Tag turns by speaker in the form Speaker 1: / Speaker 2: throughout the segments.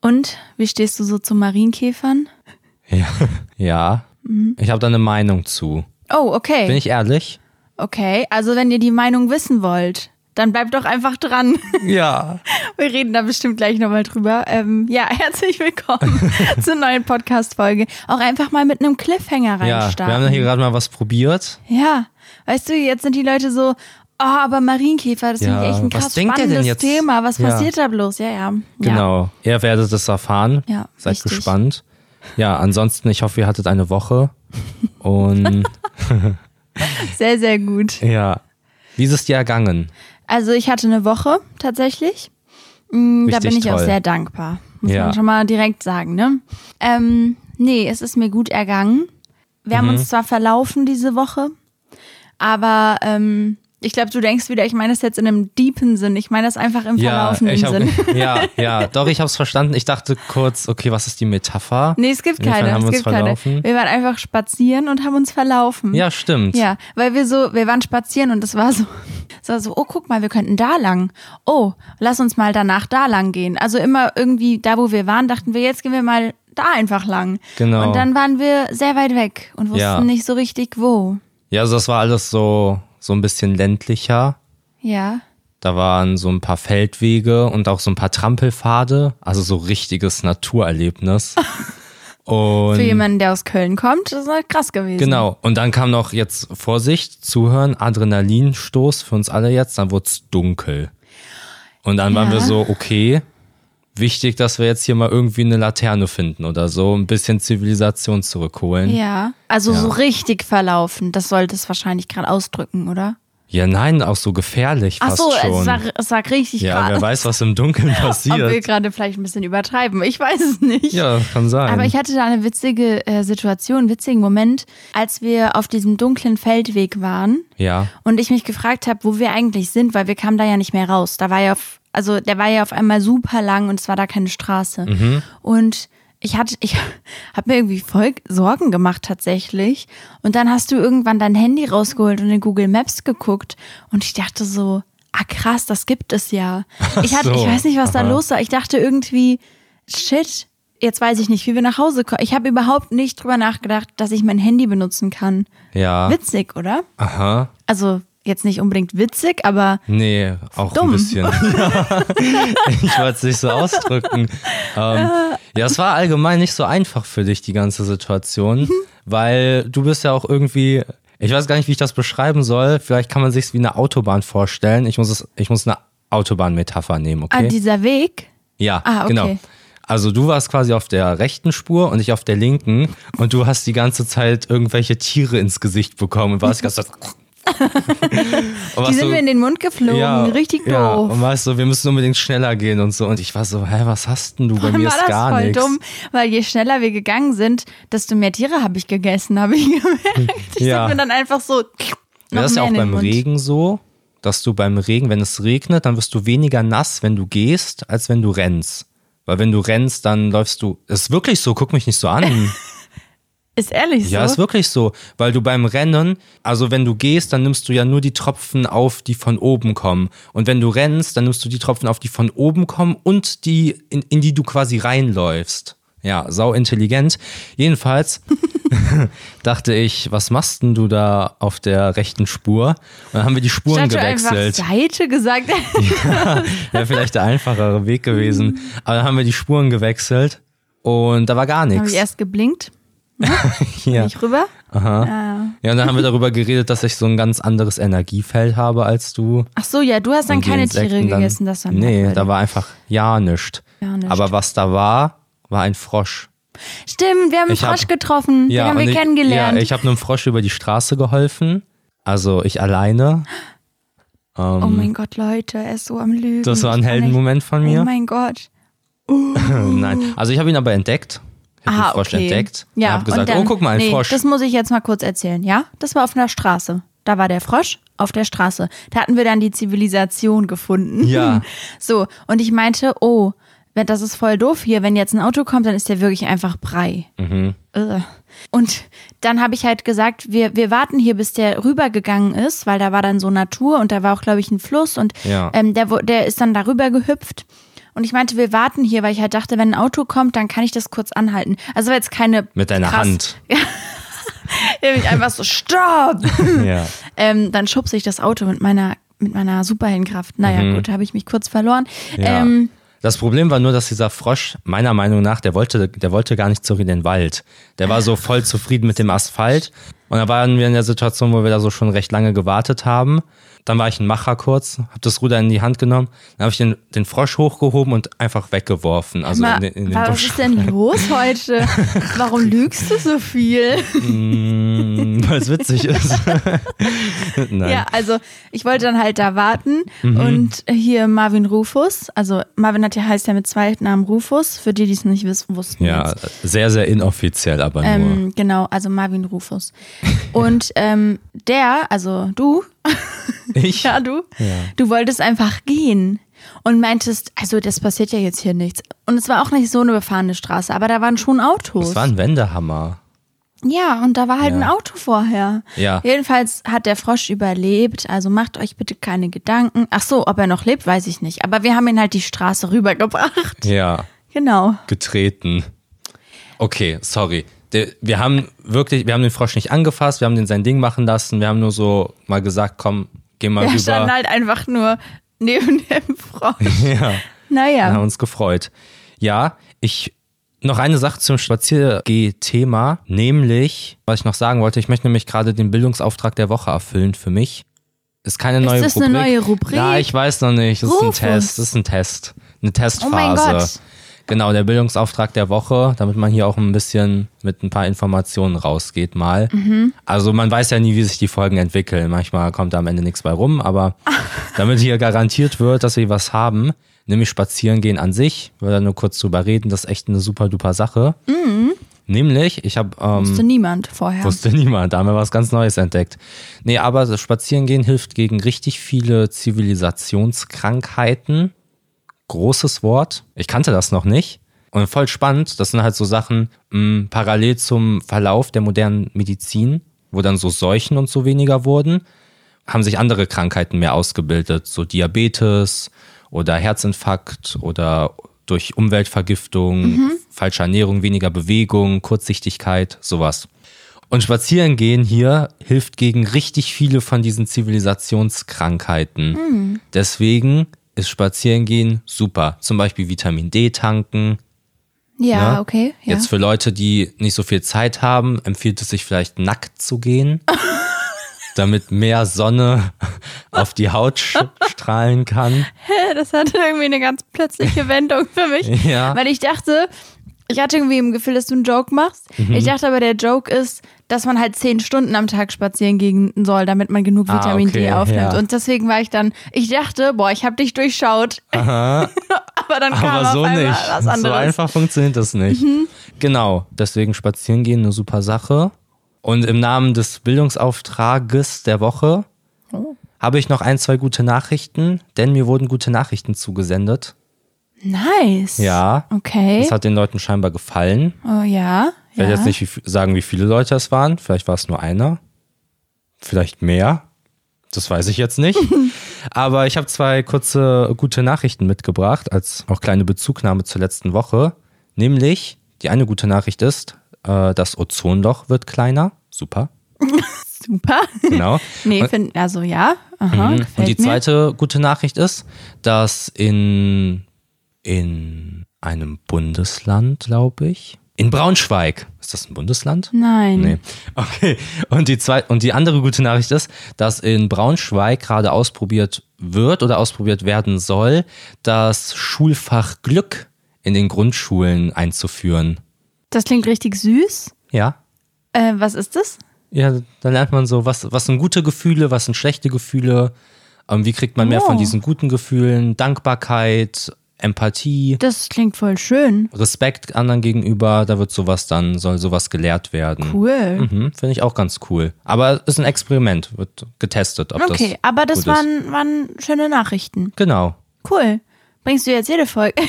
Speaker 1: Und wie stehst du so zu Marienkäfern?
Speaker 2: Ja. ja. Ich habe da eine Meinung zu.
Speaker 1: Oh,
Speaker 2: Bin
Speaker 1: Mhm. okay.
Speaker 2: ich ehrlich?
Speaker 1: Okay, also wenn ihr die Meinung wissen wollt, dann bleibt doch einfach dran.
Speaker 2: Ja.
Speaker 1: Wir reden da bestimmt gleich nochmal drüber. Ähm, ja, herzlich willkommen zur neuen Podcast-Folge. Auch einfach mal mit einem Cliffhanger
Speaker 2: Ja, wir haben
Speaker 1: reinstarten.
Speaker 2: da hier gerade mal was probiert.
Speaker 1: Ja, weißt du, jetzt sind die Leute so, oh, aber Marienkäfer, das
Speaker 2: Ja,
Speaker 1: finde ich echt ein
Speaker 2: was
Speaker 1: krass
Speaker 2: denkt der denn
Speaker 1: spannendes
Speaker 2: jetzt?
Speaker 1: Thema. Was
Speaker 2: Ja.
Speaker 1: passiert da bloß? Ja, ja.
Speaker 2: Genau. Ihr werdet es erfahren.
Speaker 1: Ja,
Speaker 2: Seid
Speaker 1: richtig.
Speaker 2: gespannt. Ja, ansonsten, ich hoffe, ihr hattet eine Woche. Und
Speaker 1: Ja, sehr, sehr gut.
Speaker 2: ja. Wie ist es dir ergangen?
Speaker 1: Also ich hatte eine Woche tatsächlich. Mm, Da
Speaker 2: Richtig
Speaker 1: bin ich auch
Speaker 2: toll.
Speaker 1: sehr dankbar. Muss
Speaker 2: Ja.
Speaker 1: man schon mal direkt sagen, ne? Ähm, nee, es ist mir gut ergangen. Wir
Speaker 2: Mhm.
Speaker 1: haben uns zwar verlaufen diese Woche, aber ähm, ich glaube, du denkst wieder, ich meine das jetzt in einem deepen Sinn. Ich meine das einfach im verlaufenden
Speaker 2: ich hab,
Speaker 1: Sinn.
Speaker 2: ja, ja, doch, ich habe es verstanden. Ich dachte kurz, okay, was ist die Metapher?
Speaker 1: Nee, es gibt
Speaker 2: Inwiefern
Speaker 1: keine.
Speaker 2: haben
Speaker 1: es
Speaker 2: wir uns
Speaker 1: gibt keine.
Speaker 2: verlaufen?
Speaker 1: Wir waren einfach spazieren und haben uns verlaufen.
Speaker 2: Ja, stimmt.
Speaker 1: Ja, weil wir so, wir waren spazieren und es war so, es war so, oh, guck mal, wir könnten da lang. Oh, lass uns mal danach da lang gehen. Also immer irgendwie da, wo wir waren, dachten wir, jetzt gehen wir mal da einfach lang.
Speaker 2: Genau.
Speaker 1: Und dann waren wir sehr weit weg und wussten
Speaker 2: Ja.
Speaker 1: nicht so richtig wo.
Speaker 2: Ja, also das war alles so, so ein bisschen ländlicher.
Speaker 1: Ja.
Speaker 2: Da waren so ein paar Feldwege und auch so ein paar Trampelpfade. Also so richtiges Naturerlebnis. Und
Speaker 1: Für jemanden, der aus Köln kommt, das ist halt krass gewesen.
Speaker 2: Ähm. genau. Und dann kam noch jetzt Vorsicht, Zuhören, Adrenalinstoß für uns alle jetzt. Dann wurde es dunkel. Und dann waren
Speaker 1: Ja.
Speaker 2: wir so, okay, wichtig, dass wir jetzt hier mal irgendwie eine Laterne finden oder so. Ein bisschen Zivilisation zurückholen.
Speaker 1: Ja. Also
Speaker 2: Ja.
Speaker 1: so richtig verlaufen, das sollte es wahrscheinlich gerade ausdrücken, oder?
Speaker 2: Ja, nein, auch so gefährlich
Speaker 1: Ach
Speaker 2: fast
Speaker 1: so,
Speaker 2: schon.
Speaker 1: es war, es war richtig
Speaker 2: ja, wer
Speaker 1: krass.
Speaker 2: weiß, was im Dunkeln
Speaker 1: Ob wir
Speaker 2: passiert.
Speaker 1: gerade vielleicht ein bisschen übertreiben, ich weiß es nicht.
Speaker 2: Ja, kann sein.
Speaker 1: Aber ich hatte da eine witzige äh, Situation, einen witzigen Moment, als wir auf diesem dunklen Feldweg waren
Speaker 2: ja,
Speaker 1: und ich mich gefragt habe, wo wir eigentlich sind, weil wir kamen da ja nicht mehr raus. Da war ja auf, also der war ja auf einmal super lang und es war da keine Straße.
Speaker 2: Mhm.
Speaker 1: Und ich hatte, ich habe mir irgendwie voll Sorgen gemacht tatsächlich. Und dann hast du irgendwann dein Handy rausgeholt und in Google Maps geguckt und ich dachte so, ah krass, das gibt es ja. Ich hatte,
Speaker 2: so.
Speaker 1: ich weiß nicht, was da
Speaker 2: Aha.
Speaker 1: los war. Ich dachte irgendwie, shit. Jetzt weiß ich nicht, wie wir nach Hause kommen. Ich habe überhaupt nicht drüber nachgedacht, dass ich mein Handy benutzen kann.
Speaker 2: ja.
Speaker 1: Witzig, oder?
Speaker 2: Aha.
Speaker 1: also jetzt nicht unbedingt witzig, aber
Speaker 2: Nee, auch
Speaker 1: Dumm.
Speaker 2: ein bisschen. ja. Ich wollte es nicht so ausdrücken. Ähm, ja, es war allgemein nicht so einfach für dich, die ganze Situation,
Speaker 1: Mhm.
Speaker 2: weil du bist ja auch irgendwie, ich weiß gar nicht, wie ich das beschreiben soll. Vielleicht kann man sich es wie eine Autobahn vorstellen. Ich muss, es, ich muss eine Autobahnmetapher nehmen, okay?
Speaker 1: ah, dieser Weg.
Speaker 2: Ja,
Speaker 1: Ah, okay.
Speaker 2: genau. Also du warst quasi auf der rechten Spur und ich auf der linken und du hast die ganze Zeit irgendwelche Tiere ins Gesicht bekommen und warst die ganze Zeit. Und
Speaker 1: Die
Speaker 2: warst
Speaker 1: sind
Speaker 2: so-
Speaker 1: mir in den Mund geflogen. Richtig
Speaker 2: ja,
Speaker 1: doof.
Speaker 2: Und warst so, wir müssen unbedingt schneller gehen und so. Und ich war so, hä, was hast denn du? Bei
Speaker 1: Dann
Speaker 2: mir
Speaker 1: war
Speaker 2: ist
Speaker 1: das
Speaker 2: gar
Speaker 1: voll
Speaker 2: nichts.
Speaker 1: dumm, weil je schneller wir gegangen sind, desto mehr Tiere habe ich gegessen, habe ich gemerkt. Ich
Speaker 2: Ja.
Speaker 1: sind mir dann einfach so.
Speaker 2: Ja,
Speaker 1: noch
Speaker 2: Das ist ja
Speaker 1: mehr
Speaker 2: auch
Speaker 1: in den
Speaker 2: beim
Speaker 1: Mund.
Speaker 2: Regen so, dass du beim Regen, wenn es regnet, dann wirst du weniger nass, wenn du gehst, als wenn du rennst. Weil wenn du rennst, dann läufst du. Ist wirklich so, guck mich nicht so an.
Speaker 1: Ist ehrlich
Speaker 2: Ja,
Speaker 1: so.
Speaker 2: ist wirklich so, weil du beim Rennen, also wenn du gehst, dann nimmst du ja nur die Tropfen auf, die von oben kommen. Und wenn du rennst, dann nimmst du die Tropfen auf, die von oben kommen und die, in, in die du quasi reinläufst. Ja, sau intelligent. Jedenfalls dachte ich, was machst denn du da auf der rechten Spur? Und dann haben wir die
Speaker 1: ich
Speaker 2: Spuren
Speaker 1: hatte einfach
Speaker 2: gewechselt.
Speaker 1: Seite gesagt.
Speaker 2: Wäre vielleicht der einfachere Weg gewesen. Aber dann haben wir die Spuren gewechselt und da war gar
Speaker 1: habe
Speaker 2: nichts.
Speaker 1: ich erst geblinkt.
Speaker 2: Ja.
Speaker 1: Bin ich rüber? Ah.
Speaker 2: Ja, und dann haben wir darüber geredet, dass ich so ein ganz anderes Energiefeld habe als du.
Speaker 1: Ach so, ja, du hast dann
Speaker 2: Und die
Speaker 1: keine Tiere
Speaker 2: Insekten dann-
Speaker 1: gegessen, das war
Speaker 2: Nee,
Speaker 1: merkwürdig.
Speaker 2: da war einfach ja nichts.
Speaker 1: Ja, nischt.
Speaker 2: Aber was da war, war ein Frosch.
Speaker 1: Stimmt, wir haben einen
Speaker 2: Ich hab-
Speaker 1: Frosch getroffen.
Speaker 2: Ja,
Speaker 1: den haben
Speaker 2: und
Speaker 1: wir
Speaker 2: ich,
Speaker 1: kennengelernt.
Speaker 2: Ja, ich habe einem Frosch über die Straße geholfen. Also ich alleine.
Speaker 1: oh mein Gott, Leute, er ist so am Lügen.
Speaker 2: Das war ein
Speaker 1: Ich kann nicht-
Speaker 2: Heldenmoment von
Speaker 1: Oh
Speaker 2: mir.
Speaker 1: mein Gott.
Speaker 2: Nein, also ich habe ihn aber entdeckt. Ich habe den Frosch entdeckt.
Speaker 1: Ah, Ja,
Speaker 2: und habe gesagt,
Speaker 1: und dann,
Speaker 2: oh guck mal, ein
Speaker 1: nee,
Speaker 2: Frosch.
Speaker 1: Das muss ich jetzt mal kurz erzählen, ja? Das war auf einer Straße. Da war der Frosch auf der Straße. Da hatten wir dann die Zivilisation gefunden.
Speaker 2: Ja.
Speaker 1: So, und ich meinte, oh, wenn- das ist voll doof hier. Wenn jetzt ein Auto kommt, dann ist der wirklich einfach Brei. Ugh. Und dann habe ich halt gesagt, wir, wir warten hier, bis der rübergegangen ist, weil da war dann so Natur und da war auch, glaube ich, ein Fluss und
Speaker 2: Ja.
Speaker 1: ähm, der, wo- der ist dann darüber gehüpft. Und ich meinte, wir warten hier, weil ich halt dachte, wenn ein Auto kommt, dann kann ich das kurz anhalten. Also war jetzt keine.
Speaker 2: Mit deiner
Speaker 1: krass-
Speaker 2: Hand.
Speaker 1: Nämlich einfach so, stopp!
Speaker 2: Ja.
Speaker 1: ähm, dann schubse ich das Auto mit meiner, mit meiner Superheldenkraft. Naja, gut, habe ich mich kurz verloren.
Speaker 2: Mhm. Ja.
Speaker 1: Ähm,
Speaker 2: das Problem war nur, dass dieser Frosch, meiner Meinung nach, der wollte, der wollte gar nicht zurück in den Wald. Der war so voll zufrieden mit dem Asphalt. Und da waren wir in der Situation, wo wir da so schon recht lange gewartet haben. Dann war ich ein Macher kurz, habe das Ruder in die Hand genommen, dann habe ich den, den Frosch hochgehoben und einfach weggeworfen. Also
Speaker 1: mal,
Speaker 2: in den, in den
Speaker 1: was
Speaker 2: Busch.
Speaker 1: ist denn los heute? Warum lügst du so viel?
Speaker 2: Weil es witzig ist. Nein.
Speaker 1: Ja, also ich wollte dann halt da warten
Speaker 2: Mhm.
Speaker 1: und hier Marvin Rufus, also Marvin hat ja heißt ja mit zweiten Namen Rufus, für die, die es nicht wissen, wussten.
Speaker 2: Ja,
Speaker 1: jetzt.
Speaker 2: sehr, sehr inoffiziell, aber nur.
Speaker 1: Ähm, genau, also Marvin Rufus. Und ähm, der, also du,
Speaker 2: Ich?
Speaker 1: ja du, du wolltest einfach gehen und meintest, also das passiert ja jetzt hier nichts. Und es war auch nicht so eine befahrene Straße, aber da waren schon Autos.
Speaker 2: Das war ein Wendehammer.
Speaker 1: Ja, und da war halt
Speaker 2: Ja.
Speaker 1: ein Auto vorher.
Speaker 2: Ja.
Speaker 1: Jedenfalls hat der Frosch überlebt, also macht euch bitte keine Gedanken. Ach so, ob er noch lebt, weiß ich nicht. Aber wir haben ihn halt die Straße rübergebracht.
Speaker 2: Ja.
Speaker 1: Genau.
Speaker 2: getreten. Okay, sorry. Der, wir haben wirklich, wir haben den Frosch nicht angefasst, wir haben den sein Ding machen lassen, wir haben nur so mal gesagt, komm, geh mal
Speaker 1: Er stand
Speaker 2: rüber.
Speaker 1: halt einfach nur neben dem Frosch.
Speaker 2: Ja, wir haben
Speaker 1: Naja.
Speaker 2: uns gefreut. Ja, ich noch eine Sache zum Spaziergeh-Thema, nämlich, was ich noch sagen wollte, ich möchte nämlich gerade den Bildungsauftrag der Woche erfüllen für mich. Ist keine neue
Speaker 1: das eine
Speaker 2: Rubrik.
Speaker 1: neue Rubrik?
Speaker 2: Ja, ich weiß noch nicht. Das
Speaker 1: Rufus.
Speaker 2: ist ein Test. Das ist ein Test. Eine Testphase.
Speaker 1: Oh mein Gott.
Speaker 2: Genau, der Bildungsauftrag der Woche, damit man hier auch ein bisschen mit ein paar Informationen rausgeht mal.
Speaker 1: Mhm.
Speaker 2: Also man weiß ja nie, wie sich die Folgen entwickeln. Manchmal kommt da am Ende nichts bei rum, aber damit hier garantiert wird, dass wir was haben, nämlich spazieren gehen an sich, wir da nur kurz drüber reden, das ist echt eine super duper Sache. Nämlich, ich habe ähm,
Speaker 1: Mhm. Wusste niemand vorher.
Speaker 2: Wusste niemand, da haben wir was ganz Neues entdeckt. Nee, aber das Spazierengehen hilft gegen richtig viele Zivilisationskrankheiten. Großes Wort. Ich kannte das noch nicht. Und voll spannend, das sind halt so Sachen mh, parallel zum Verlauf der modernen Medizin, wo dann so Seuchen und so weniger wurden, haben sich andere Krankheiten mehr ausgebildet, so Diabetes oder Herzinfarkt oder durch Umweltvergiftung, falsche Ernährung, weniger Bewegung, Kurzsichtigkeit, sowas. Und spazieren gehen hier hilft gegen richtig viele von diesen Zivilisationskrankheiten. Deswegen ist spazieren gehen super. Zum Beispiel Vitamin D tanken.
Speaker 1: ja,
Speaker 2: ne?
Speaker 1: okay. Ja.
Speaker 2: Jetzt für Leute, die nicht so viel Zeit haben, empfiehlt es sich vielleicht nackt zu gehen, damit mehr Sonne auf die Haut sch- strahlen kann.
Speaker 1: Das hatte irgendwie eine ganz plötzliche Wendung für mich.
Speaker 2: Ja.
Speaker 1: Weil ich dachte, ich hatte irgendwie im Gefühl, dass du einen Joke machst.
Speaker 2: Mhm.
Speaker 1: Ich dachte aber, der Joke ist, dass man halt zehn Stunden am Tag spazieren gehen soll, damit man genug
Speaker 2: Ah,
Speaker 1: Vitamin D
Speaker 2: okay,
Speaker 1: aufnimmt.
Speaker 2: ja.
Speaker 1: Und deswegen war ich dann, ich dachte, boah, ich hab dich durchschaut. aber dann kam
Speaker 2: Aber
Speaker 1: auf
Speaker 2: so
Speaker 1: einmal
Speaker 2: nicht.
Speaker 1: was anderes. Mhm.
Speaker 2: So einfach funktioniert das nicht. Genau, deswegen spazieren gehen eine super Sache. Und im Namen des Bildungsauftrages der Woche
Speaker 1: Oh.
Speaker 2: habe ich noch ein, zwei gute Nachrichten, denn mir wurden gute Nachrichten zugesendet.
Speaker 1: Nice.
Speaker 2: Ja.
Speaker 1: Okay.
Speaker 2: Das hat den Leuten scheinbar gefallen.
Speaker 1: Oh ja.
Speaker 2: Ich werde
Speaker 1: ja.
Speaker 2: jetzt nicht wie, viel- sagen, wie viele Leute es waren. Vielleicht war es nur einer. Vielleicht mehr. Das weiß ich jetzt nicht. Aber ich habe zwei kurze gute Nachrichten mitgebracht, als auch kleine Bezugnahme zur letzten Woche. Nämlich, die eine gute Nachricht ist, äh, das Ozonloch wird kleiner. Super.
Speaker 1: Super.
Speaker 2: Genau.
Speaker 1: nee,
Speaker 2: Und- Mhm.
Speaker 1: find, also ja. Aha,
Speaker 2: und
Speaker 1: gefällt
Speaker 2: die
Speaker 1: mir.
Speaker 2: zweite gute Nachricht ist, dass in, in einem Bundesland, glaube ich, in Braunschweig, ist das ein Bundesland?
Speaker 1: Nein.
Speaker 2: Nee. Okay. Und die, zwei, und die andere gute Nachricht ist, dass in Braunschweig gerade ausprobiert wird oder ausprobiert werden soll, das Schulfach Glück in den Grundschulen einzuführen.
Speaker 1: Das klingt richtig süß.
Speaker 2: Ja?
Speaker 1: Äh, was ist das?
Speaker 2: Ja, da lernt man so, was, was sind gute Gefühle, was sind schlechte Gefühle, ähm, wie kriegt man mehr von
Speaker 1: Oh.
Speaker 2: diesen guten Gefühlen, Dankbarkeit, Empathie,
Speaker 1: Das klingt voll schön.
Speaker 2: Respekt anderen gegenüber, da wird sowas dann, soll sowas gelehrt werden.
Speaker 1: Cool.
Speaker 2: Mhm, Finde ich auch ganz cool. Aber ist ein Experiment, wird getestet, ob
Speaker 1: Okay,
Speaker 2: das
Speaker 1: aber das
Speaker 2: gut ist.
Speaker 1: waren, waren schöne Nachrichten.
Speaker 2: Genau.
Speaker 1: Cool. Bringst du jetzt jede Folge?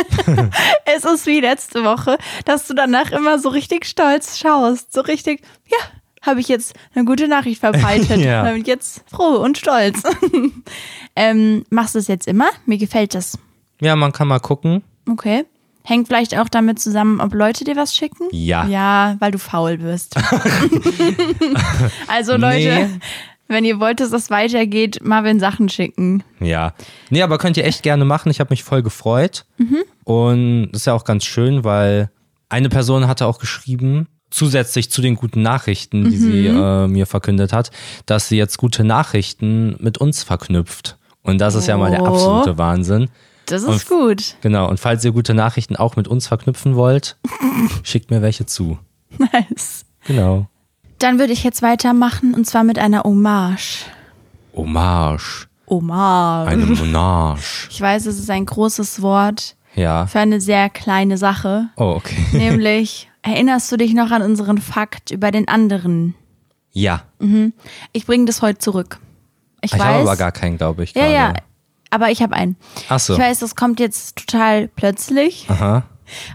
Speaker 1: es ist wie letzte Woche, dass du danach immer so richtig stolz schaust. So richtig, ja, habe ich jetzt eine gute Nachricht verbreitet.
Speaker 2: Ja.
Speaker 1: Damit jetzt froh und stolz. ähm, machst du es jetzt immer? Mir gefällt das.
Speaker 2: Ja, man kann mal gucken.
Speaker 1: Okay. Hängt vielleicht auch damit zusammen, ob Leute dir was schicken?
Speaker 2: Ja.
Speaker 1: Ja, weil du faul bist. also Leute,
Speaker 2: Nee.
Speaker 1: wenn ihr wollt, dass das weitergeht, Marvin Sachen schicken.
Speaker 2: Ja. Nee, aber könnt ihr echt gerne machen. Ich habe mich voll gefreut.
Speaker 1: Mhm.
Speaker 2: Und das ist ja auch ganz schön, weil eine Person hatte auch geschrieben, zusätzlich zu den guten Nachrichten, die sie
Speaker 1: Mhm.
Speaker 2: äh, mir verkündet hat, dass sie jetzt gute Nachrichten mit uns verknüpft. Und das ist ja mal der
Speaker 1: Oh.
Speaker 2: absolute Wahnsinn.
Speaker 1: Das
Speaker 2: Und-
Speaker 1: ist gut.
Speaker 2: Genau. Und falls ihr gute Nachrichten auch mit uns verknüpfen wollt, schickt mir welche zu.
Speaker 1: Nice.
Speaker 2: Genau.
Speaker 1: Dann würde ich jetzt weitermachen und zwar mit einer Hommage.
Speaker 2: Hommage.
Speaker 1: Hommage.
Speaker 2: Eine Monage.
Speaker 1: Ich weiß, es ist ein großes Wort
Speaker 2: Ja.
Speaker 1: für eine sehr kleine Sache.
Speaker 2: Oh, okay.
Speaker 1: Nämlich, erinnerst du dich noch an unseren Fakt über den anderen?
Speaker 2: Ja.
Speaker 1: Ich bringe das heute zurück. Ich,
Speaker 2: Ah, Ich
Speaker 1: weiß.
Speaker 2: habe aber gar keinen, glaube ich.
Speaker 1: ja,
Speaker 2: gerade.
Speaker 1: ja. Aber ich habe einen.
Speaker 2: Ach so.
Speaker 1: Ich weiß, das kommt jetzt total plötzlich,
Speaker 2: Aha.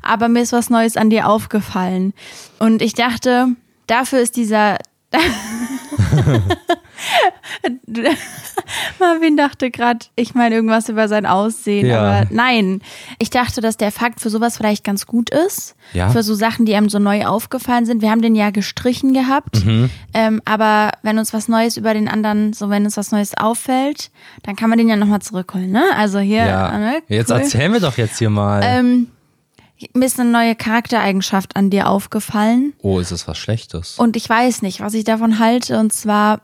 Speaker 1: aber mir ist was Neues an dir aufgefallen. Und ich dachte, dafür ist dieser. Marvin dachte gerade, ich meine irgendwas über sein Aussehen,
Speaker 2: Ja.
Speaker 1: aber nein. Ich dachte, dass der Fakt für sowas vielleicht ganz gut ist.
Speaker 2: Ja.
Speaker 1: Für so Sachen, die einem so neu aufgefallen sind. Wir haben den ja gestrichen gehabt.
Speaker 2: Mhm.
Speaker 1: Ähm, aber wenn uns was Neues über den anderen, so wenn uns was Neues auffällt, dann kann man den ja nochmal zurückholen, ne? Also hier,
Speaker 2: Ja,
Speaker 1: ne?
Speaker 2: jetzt
Speaker 1: Cool.
Speaker 2: erzählen wir doch jetzt hier mal.
Speaker 1: Ähm, mir ist eine neue Charaktereigenschaft an dir aufgefallen
Speaker 2: oh, ist es was Schlechtes?
Speaker 1: und ich weiß nicht, was ich davon halte und zwar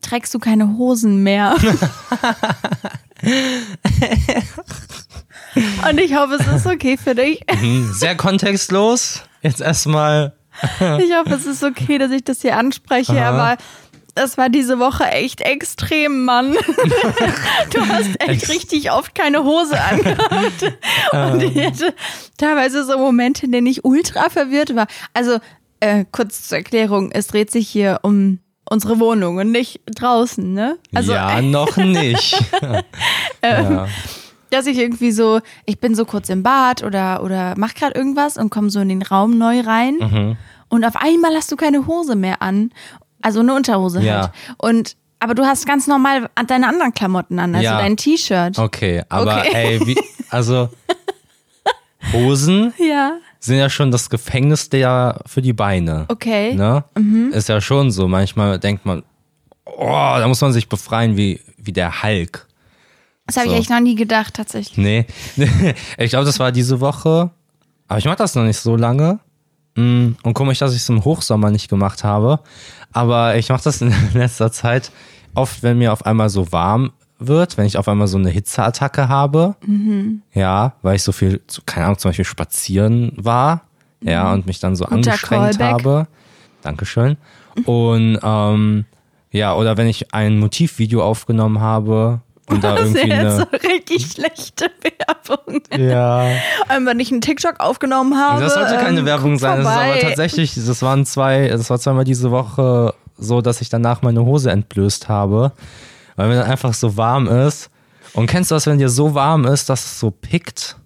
Speaker 1: trägst du keine Hosen mehr. und ich hoffe, es ist okay für dich.
Speaker 2: Hm, Sehr kontextlos. Jetzt erstmal.
Speaker 1: Ich hoffe, es ist okay, dass ich das hier anspreche,
Speaker 2: Aha.
Speaker 1: aber das war diese Woche echt extrem, Mann. du hast echt richtig oft keine Hose angehabt.
Speaker 2: Ähm.
Speaker 1: Und ich hatte teilweise so Momente, in denen ich ultra verwirrt war. Also, äh, kurz zur Erklärung, es dreht sich hier um unsere Wohnung und nicht draußen, ne? Also,
Speaker 2: ja, noch nicht. ja.
Speaker 1: dass ich irgendwie so, ich bin so kurz im Bad oder, oder mach gerade irgendwas und komme so in den Raum neu rein
Speaker 2: Mhm.
Speaker 1: und auf einmal hast du keine Hose mehr an, also eine Unterhose
Speaker 2: Ja.
Speaker 1: halt. Und aber du hast ganz normal an- deine anderen Klamotten an, also
Speaker 2: Ja. Oh.
Speaker 1: dein T-Shirt.
Speaker 2: Okay, aber
Speaker 1: Okay.
Speaker 2: ey, wie, also Hosen
Speaker 1: Ja,
Speaker 2: sind ja schon das Gefängnis der für die Beine.
Speaker 1: okay.
Speaker 2: Ne? Ist ja schon so. Manchmal denkt man, oh, da muss man sich befreien wie, wie der Hulk.
Speaker 1: Das habe
Speaker 2: So.
Speaker 1: ich echt noch nie gedacht, tatsächlich.
Speaker 2: Nee. ich glaube, das war diese Woche. Aber ich mache das noch nicht so lange. Mm, Und komisch, dass ich es im Hochsommer nicht gemacht habe. Aber ich mache das in letzter Zeit oft, wenn mir auf einmal so warm wird, wenn ich auf einmal so eine Hitzeattacke habe.
Speaker 1: Mhm.
Speaker 2: Ja, weil ich so viel, zu- keine Ahnung, zum Beispiel spazieren war. Ja, und mich dann so angestrengt
Speaker 1: Mhm. Callback.
Speaker 2: habe. Dankeschön. Und ähm, ja, oder wenn ich ein Motivvideo aufgenommen habe und da
Speaker 1: Das ist
Speaker 2: irgendwie ne.
Speaker 1: jetzt
Speaker 2: eine.
Speaker 1: so richtig schlechte Werbung.
Speaker 2: Ja.
Speaker 1: Ähm, wenn ich einen TikTok aufgenommen habe.
Speaker 2: Das sollte keine
Speaker 1: ähm,
Speaker 2: Werbung
Speaker 1: guck
Speaker 2: sein. Das ist
Speaker 1: vorbei.
Speaker 2: aber tatsächlich, das waren zwei, das war zweimal diese Woche so, dass ich danach meine Hose entblößt habe, weil mir dann einfach so warm ist. Und kennst du das, wenn dir so warm ist, dass es so pickt?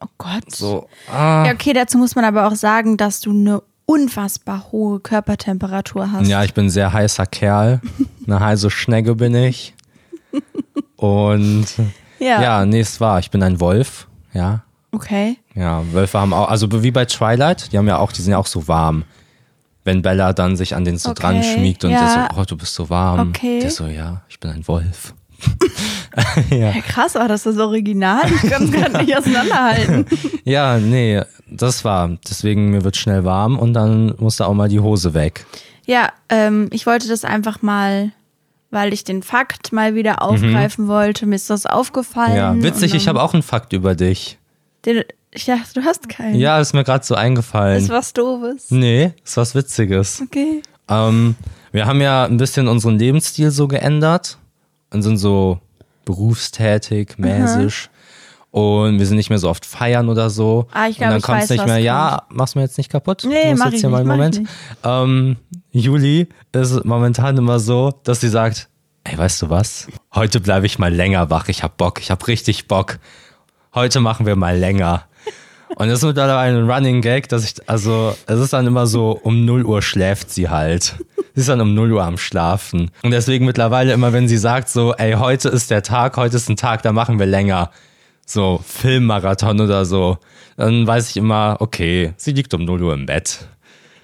Speaker 1: Oh Gott.
Speaker 2: So, ah.
Speaker 1: Ja, okay, dazu muss man aber auch sagen, dass du eine unfassbar hohe Körpertemperatur hast.
Speaker 2: Ja, ich bin ein sehr heißer Kerl. Eine heiße Schnecke bin ich. Und
Speaker 1: Ja.
Speaker 2: ja, nee, es war. Ich bin ein Wolf. Ja.
Speaker 1: Okay.
Speaker 2: Ja, Wölfe haben auch, also wie bei Twilight, die haben ja auch, die sind ja auch so warm. Wenn Bella dann sich an den so
Speaker 1: Okay,
Speaker 2: dran schmiegt und
Speaker 1: ja.
Speaker 2: der so, oh, du bist so warm.
Speaker 1: Okay.
Speaker 2: Der so, ja, ich bin ein Wolf.
Speaker 1: Ja, krass, aber das ist original. Ich kann es gerade nicht auseinanderhalten.
Speaker 2: Ja, nee, das war. Deswegen, mir wird schnell warm und dann muss da auch mal die Hose weg.
Speaker 1: Ja, ähm, ich wollte das einfach mal, weil ich den Fakt mal wieder aufgreifen wollte. Mir ist das aufgefallen.
Speaker 2: Mhm. Ja, witzig,
Speaker 1: Ähm, Und
Speaker 2: ich habe auch einen Fakt über dich.
Speaker 1: dann- Den, ich dachte, du hast keinen.
Speaker 2: Ja, ist mir gerade so
Speaker 1: Das ist
Speaker 2: eingefallen.
Speaker 1: was Doofes.
Speaker 2: Nee, ist was Witziges.
Speaker 1: Okay.
Speaker 2: Ähm, wir haben ja ein bisschen unseren Lebensstil so geändert und sind so berufstätig, mäßig. Und wir sind nicht mehr so oft feiern oder so.
Speaker 1: Ah, ich glaub,
Speaker 2: und dann
Speaker 1: ich
Speaker 2: kommt's
Speaker 1: weiß,
Speaker 2: nicht
Speaker 1: was
Speaker 2: mehr, ja, machst du mir jetzt nicht kaputt?
Speaker 1: Nee,
Speaker 2: Muss
Speaker 1: mach
Speaker 2: jetzt
Speaker 1: ich
Speaker 2: hier mal
Speaker 1: nicht,
Speaker 2: einen
Speaker 1: mach ich
Speaker 2: Moment. Ähm, Juli ist momentan immer so, dass sie sagt, ey, weißt du was? Heute bleibe ich mal länger wach. Ich hab Bock, ich hab richtig Bock. Heute machen wir mal länger. Und das ist mittlerweile ein Running Gag, dass ich, also, es ist dann immer so, um 0 Uhr schläft sie halt. Sie ist dann um 0 Uhr am Schlafen. Und deswegen mittlerweile immer, wenn sie sagt so, ey, heute ist der Tag, heute ist ein Tag, da machen wir länger. So Filmmarathon oder so. Dann weiß ich immer, okay, sie liegt um 0 Uhr im Bett.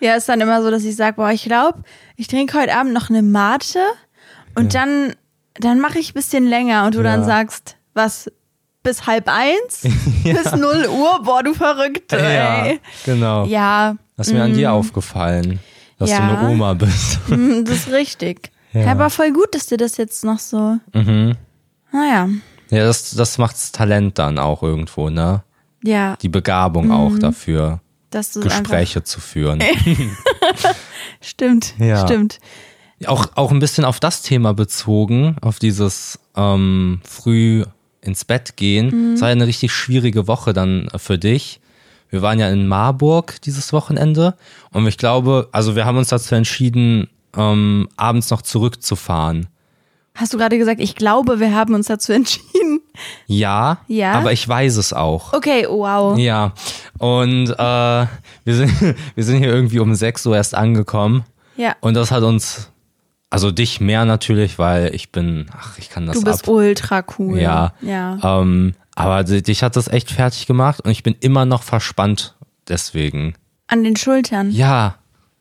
Speaker 1: Ja, ist dann immer so, dass ich sage, boah, ich glaube, ich trinke heute Abend noch eine Mate und dann, dann mache ich ein bisschen länger und du dann
Speaker 2: Ja.
Speaker 1: sagst, was, bis halb eins? Bis 0 Uhr? Boah, du Verrückte,
Speaker 2: Ja,
Speaker 1: ey.
Speaker 2: genau.
Speaker 1: Ja, Mhm.
Speaker 2: Das ist mir an dir aufgefallen, dass du
Speaker 1: Ja.
Speaker 2: eine Oma bist.
Speaker 1: mm, das ist richtig. Ja. Aber voll gut, dass dir das jetzt noch so.
Speaker 2: Mhm.
Speaker 1: Naja,
Speaker 2: Ja, das, das macht das Talent dann auch irgendwo, ne?
Speaker 1: ja,
Speaker 2: Die Begabung auch dafür,
Speaker 1: dass du Mhm. einfach.
Speaker 2: Gespräche zu führen.
Speaker 1: Stimmt,
Speaker 2: Ja.
Speaker 1: stimmt.
Speaker 2: Auch, auch ein bisschen auf das Thema bezogen, auf dieses ähm, früh ins Bett
Speaker 1: Mhm.
Speaker 2: gehen. Es war ja eine richtig schwierige Woche dann äh, für dich. Wir waren ja in Marburg dieses Wochenende und ich glaube, also wir haben uns dazu entschieden, ähm, abends noch zurückzufahren.
Speaker 1: Hast du gerade gesagt, ich glaube, wir haben uns dazu entschieden.
Speaker 2: Ja,
Speaker 1: Ja.
Speaker 2: aber ich weiß es auch.
Speaker 1: Okay, wow.
Speaker 2: Ja, und äh, wir, sind, wir sind hier irgendwie um 6 Uhr erst angekommen
Speaker 1: Ja.
Speaker 2: und das hat uns, also dich mehr natürlich, weil ich bin, ach, ich kann das
Speaker 1: Du bist
Speaker 2: ab.
Speaker 1: ultra cool.
Speaker 2: Ja.
Speaker 1: Oh Ja.
Speaker 2: Ähm, aber di- dich hat das echt fertig gemacht und ich bin immer noch verspannt deswegen.
Speaker 1: An den Schultern.
Speaker 2: Ja,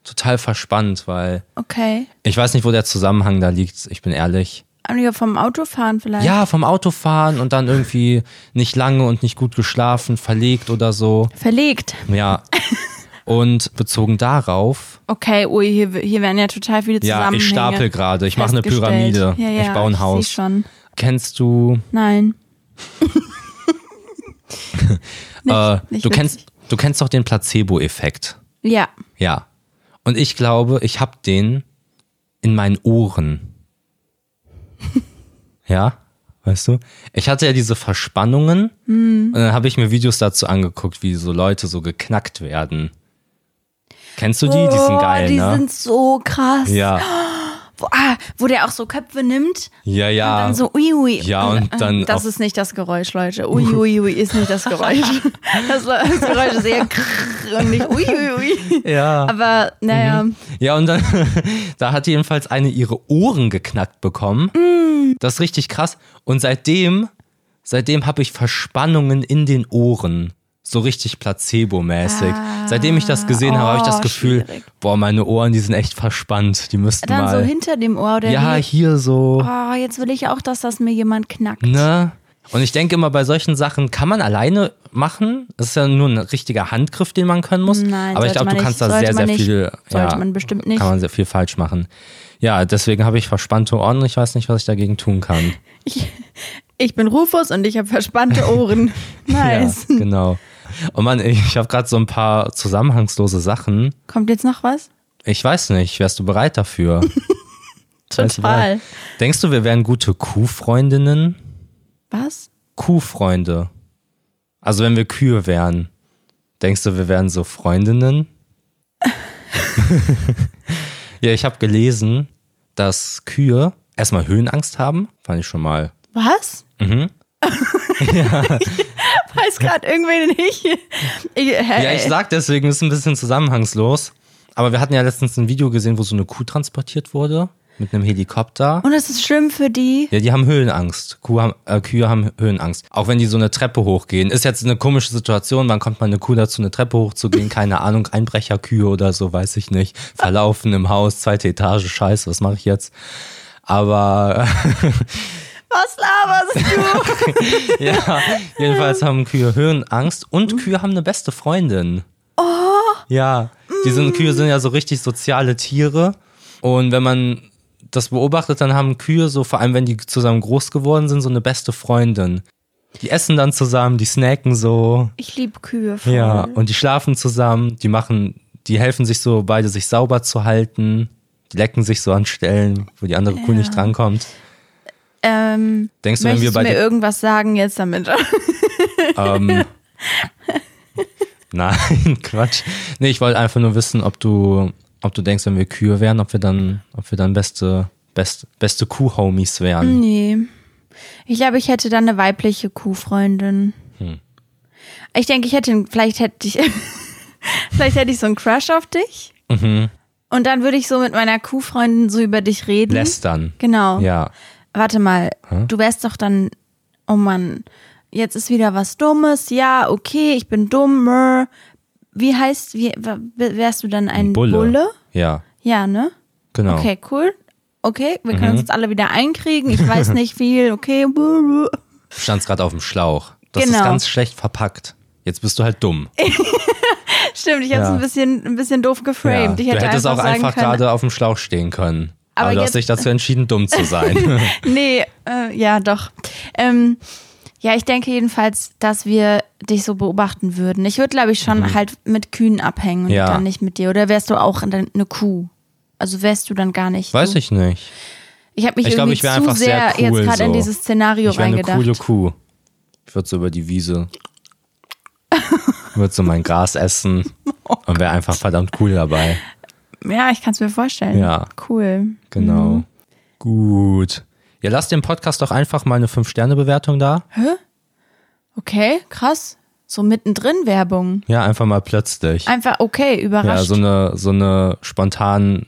Speaker 2: total verspannt, weil
Speaker 1: Okay.
Speaker 2: ich weiß nicht, wo der Zusammenhang da liegt, ich bin ehrlich.
Speaker 1: Anliegen vom Autofahren vielleicht.
Speaker 2: Ja, vom Autofahren und dann irgendwie nicht lange und nicht gut geschlafen, verlegt oder so.
Speaker 1: Verlegt.
Speaker 2: Ja. Und bezogen darauf,
Speaker 1: Okay, ui, hier, hier werden ja total viele
Speaker 2: ja,
Speaker 1: Zusammenhänge.
Speaker 2: ich stapel gerade, ich mache eine
Speaker 1: festgestellt.
Speaker 2: Pyramide,
Speaker 1: Ja, ja,
Speaker 2: ich baue ein
Speaker 1: ich
Speaker 2: Haus.
Speaker 1: Seh schon.
Speaker 2: Kennst du
Speaker 1: Nein.
Speaker 2: Äh,
Speaker 1: nicht
Speaker 2: du
Speaker 1: witzig.
Speaker 2: kennst du kennst doch den Placebo-Effekt.
Speaker 1: Ja.
Speaker 2: Ja. Und ich glaube, ich habe den in meinen Ohren. ja, weißt du? Ich hatte ja diese Verspannungen
Speaker 1: Mhm.
Speaker 2: und dann habe ich mir Videos dazu angeguckt, wie so Leute so geknackt werden. Kennst du die? die sind
Speaker 1: oh,
Speaker 2: geil,
Speaker 1: die
Speaker 2: ne?
Speaker 1: sind so krass.
Speaker 2: ja,
Speaker 1: Wo, ah, wo der auch so Köpfe nimmt
Speaker 2: ja,
Speaker 1: und
Speaker 2: ja.
Speaker 1: dann so ui ui.
Speaker 2: Ah. Ja, und
Speaker 1: äh,
Speaker 2: dann
Speaker 1: Das
Speaker 2: auch-
Speaker 1: ist nicht das Geräusch, Leute. Ui ui ui ist nicht das Geräusch. das, das Geräusch ist eher krrr und nicht ui ui ui.
Speaker 2: ja.
Speaker 1: Aber naja,
Speaker 2: Ja, und dann, da hat jedenfalls eine ihre Ohren geknackt bekommen. Das ist richtig krass. Und seitdem, seitdem habe ich Verspannungen in den Ohren. So richtig placebo-mäßig. seitdem ich das gesehen habe, habe ich das
Speaker 1: Ah. oh,
Speaker 2: Gefühl,
Speaker 1: schwierig.
Speaker 2: boah, meine Ohren, die sind echt verspannt. Die müssten
Speaker 1: dann
Speaker 2: mal.
Speaker 1: so hinter dem Ohr oder
Speaker 2: ja,
Speaker 1: wie.
Speaker 2: hier so.
Speaker 1: Oh, jetzt will ich auch, dass das mir jemand knackt.
Speaker 2: Ne? Und ich denke immer, bei solchen Sachen kann man alleine machen. Das ist ja nur ein richtiger Handgriff, den man können muss.
Speaker 1: Nein,
Speaker 2: Aber
Speaker 1: sollte
Speaker 2: ich glaube, du
Speaker 1: man
Speaker 2: kannst
Speaker 1: nicht,
Speaker 2: da sehr,
Speaker 1: sollte man
Speaker 2: sehr
Speaker 1: nicht,
Speaker 2: viel.
Speaker 1: sollte
Speaker 2: ja,
Speaker 1: man bestimmt nicht.
Speaker 2: Kann man sehr viel falsch machen. Ja, deswegen habe ich verspannte Ohren. Ich weiß nicht, was ich dagegen tun kann.
Speaker 1: Ich, ich bin Rufus und ich habe verspannte Ohren. Nice.
Speaker 2: Ja, genau. Und Mann, ich habe gerade so ein paar zusammenhangslose Sachen.
Speaker 1: Kommt jetzt noch was?
Speaker 2: Ich weiß nicht, wärst du bereit dafür? Wärst du
Speaker 1: Total.
Speaker 2: bereit? Denkst du, wir wären gute Kuhfreundinnen?
Speaker 1: Was?
Speaker 2: Kuhfreunde. Also wenn wir Kühe wären, denkst du, wir wären so Freundinnen? ja, ich habe gelesen, dass Kühe erstmal Höhenangst haben. Fand ich schon mal.
Speaker 1: Was?
Speaker 2: Mhm.
Speaker 1: ja. Weiß gerade irgendwie nicht. Ich, hä?
Speaker 2: Ja, ich sag deswegen, ist ein bisschen zusammenhangslos. Aber wir hatten ja letztens ein Video gesehen, wo so eine Kuh transportiert wurde mit einem Helikopter.
Speaker 1: und es ist schlimm für die.
Speaker 2: Ja, die haben Höhenangst. Kuh haben, äh, Kühe haben Höhenangst. Auch wenn die so eine Treppe hochgehen. Ist jetzt eine komische Situation. Wann kommt man eine Kuh dazu, eine Treppe hochzugehen? Keine Ahnung. Einbrecherkühe oder so, weiß ich nicht. Verlaufen im Haus, zweite Etage, scheiße, was mache ich jetzt? Aber
Speaker 1: Was laberst du?
Speaker 2: ja, jedenfalls haben Kühe Höhenangst und Kühe haben eine beste Freundin. Oh. Ja, die sind, Kühe sind ja so richtig soziale Tiere. Und wenn man das beobachtet, dann haben Kühe so, vor allem wenn die zusammen groß geworden sind, so eine beste Freundin. Die essen dann zusammen, die snacken so,
Speaker 1: Ich liebe Kühe. Voll.
Speaker 2: ja, und die schlafen zusammen, die machen, die helfen sich so, beide sich sauber zu halten, die lecken sich so an Stellen, wo die andere Kuh nicht drankommt.
Speaker 1: Ähm,
Speaker 2: Denkst du, wenn
Speaker 1: möchtest
Speaker 2: wir
Speaker 1: du mir
Speaker 2: beide
Speaker 1: irgendwas sagen jetzt damit?
Speaker 2: Ähm, nein, Quatsch. Nee, ich wollte einfach nur wissen, ob du, ob du denkst, wenn wir Kühe wären, ob wir dann, ob wir dann beste, best, beste Kuh-Homies wären.
Speaker 1: Nee. Ich glaube, ich hätte dann eine weibliche Kuhfreundin. Ich denke, ich hätte, vielleicht hätte ich, vielleicht hätte ich so einen Crush auf dich. Und dann würde ich so mit meiner Kuhfreundin so über dich reden.
Speaker 2: Lästern.
Speaker 1: Genau.
Speaker 2: Ja.
Speaker 1: Warte mal, du wärst doch dann, oh Mann, jetzt ist wieder was Dummes, ja, okay, ich bin dumm, meh. wie heißt, wie, w- wärst du dann ein Bulle?
Speaker 2: Ja,
Speaker 1: Ja, ne?
Speaker 2: genau.
Speaker 1: Okay, cool. Okay, wir
Speaker 2: Mhm.
Speaker 1: können uns jetzt alle wieder einkriegen, ich weiß nicht viel, okay. buh, buh.
Speaker 2: Du standst gerade auf dem Schlauch. Das ist
Speaker 1: Genau.
Speaker 2: ganz schlecht verpackt. Jetzt bist du halt dumm.
Speaker 1: Stimmt, ich habe es
Speaker 2: Ja.
Speaker 1: ein, bisschen, ein bisschen doof
Speaker 2: Ja.
Speaker 1: geframed. Ich
Speaker 2: du
Speaker 1: hätte
Speaker 2: hättest
Speaker 1: einfach
Speaker 2: auch
Speaker 1: sagen
Speaker 2: einfach
Speaker 1: können,
Speaker 2: gerade auf dem Schlauch stehen können. Aber,
Speaker 1: Aber
Speaker 2: du hast
Speaker 1: jetzt-
Speaker 2: dich dazu entschieden, dumm zu sein.
Speaker 1: Nee, äh, ja, doch. Ähm, ja, ich denke jedenfalls, dass wir dich so beobachten würden. Ich würde, glaube ich, schon halt mit Kühen abhängen und
Speaker 2: Mhm. Ja.
Speaker 1: dann nicht mit dir. Oder wärst du auch dann eine Kuh? Also wärst du dann gar nicht.
Speaker 2: Weiß
Speaker 1: so.
Speaker 2: ich nicht.
Speaker 1: Ich habe mich
Speaker 2: Ich glaub,
Speaker 1: irgendwie
Speaker 2: ich wär
Speaker 1: zu
Speaker 2: einfach sehr
Speaker 1: sehr,
Speaker 2: cool
Speaker 1: jetzt gerade in
Speaker 2: so.
Speaker 1: dieses Szenario
Speaker 2: Ich wäre eine
Speaker 1: reingedacht.
Speaker 2: coole Kuh. Ich würde so über die Wiese. würde so mein Gras essen und wäre einfach verdammt cool dabei.
Speaker 1: ja, ich kann es mir vorstellen.
Speaker 2: Ja.
Speaker 1: Cool.
Speaker 2: Genau.
Speaker 1: Mhm.
Speaker 2: Gut. Ja, lasst dem Podcast doch einfach mal eine 5-Sterne-Bewertung da.
Speaker 1: Okay, krass. So mittendrin Werbung.
Speaker 2: Ja, einfach mal plötzlich.
Speaker 1: Einfach okay,
Speaker 2: Ja,
Speaker 1: überrascht.
Speaker 2: so eine, so eine spontane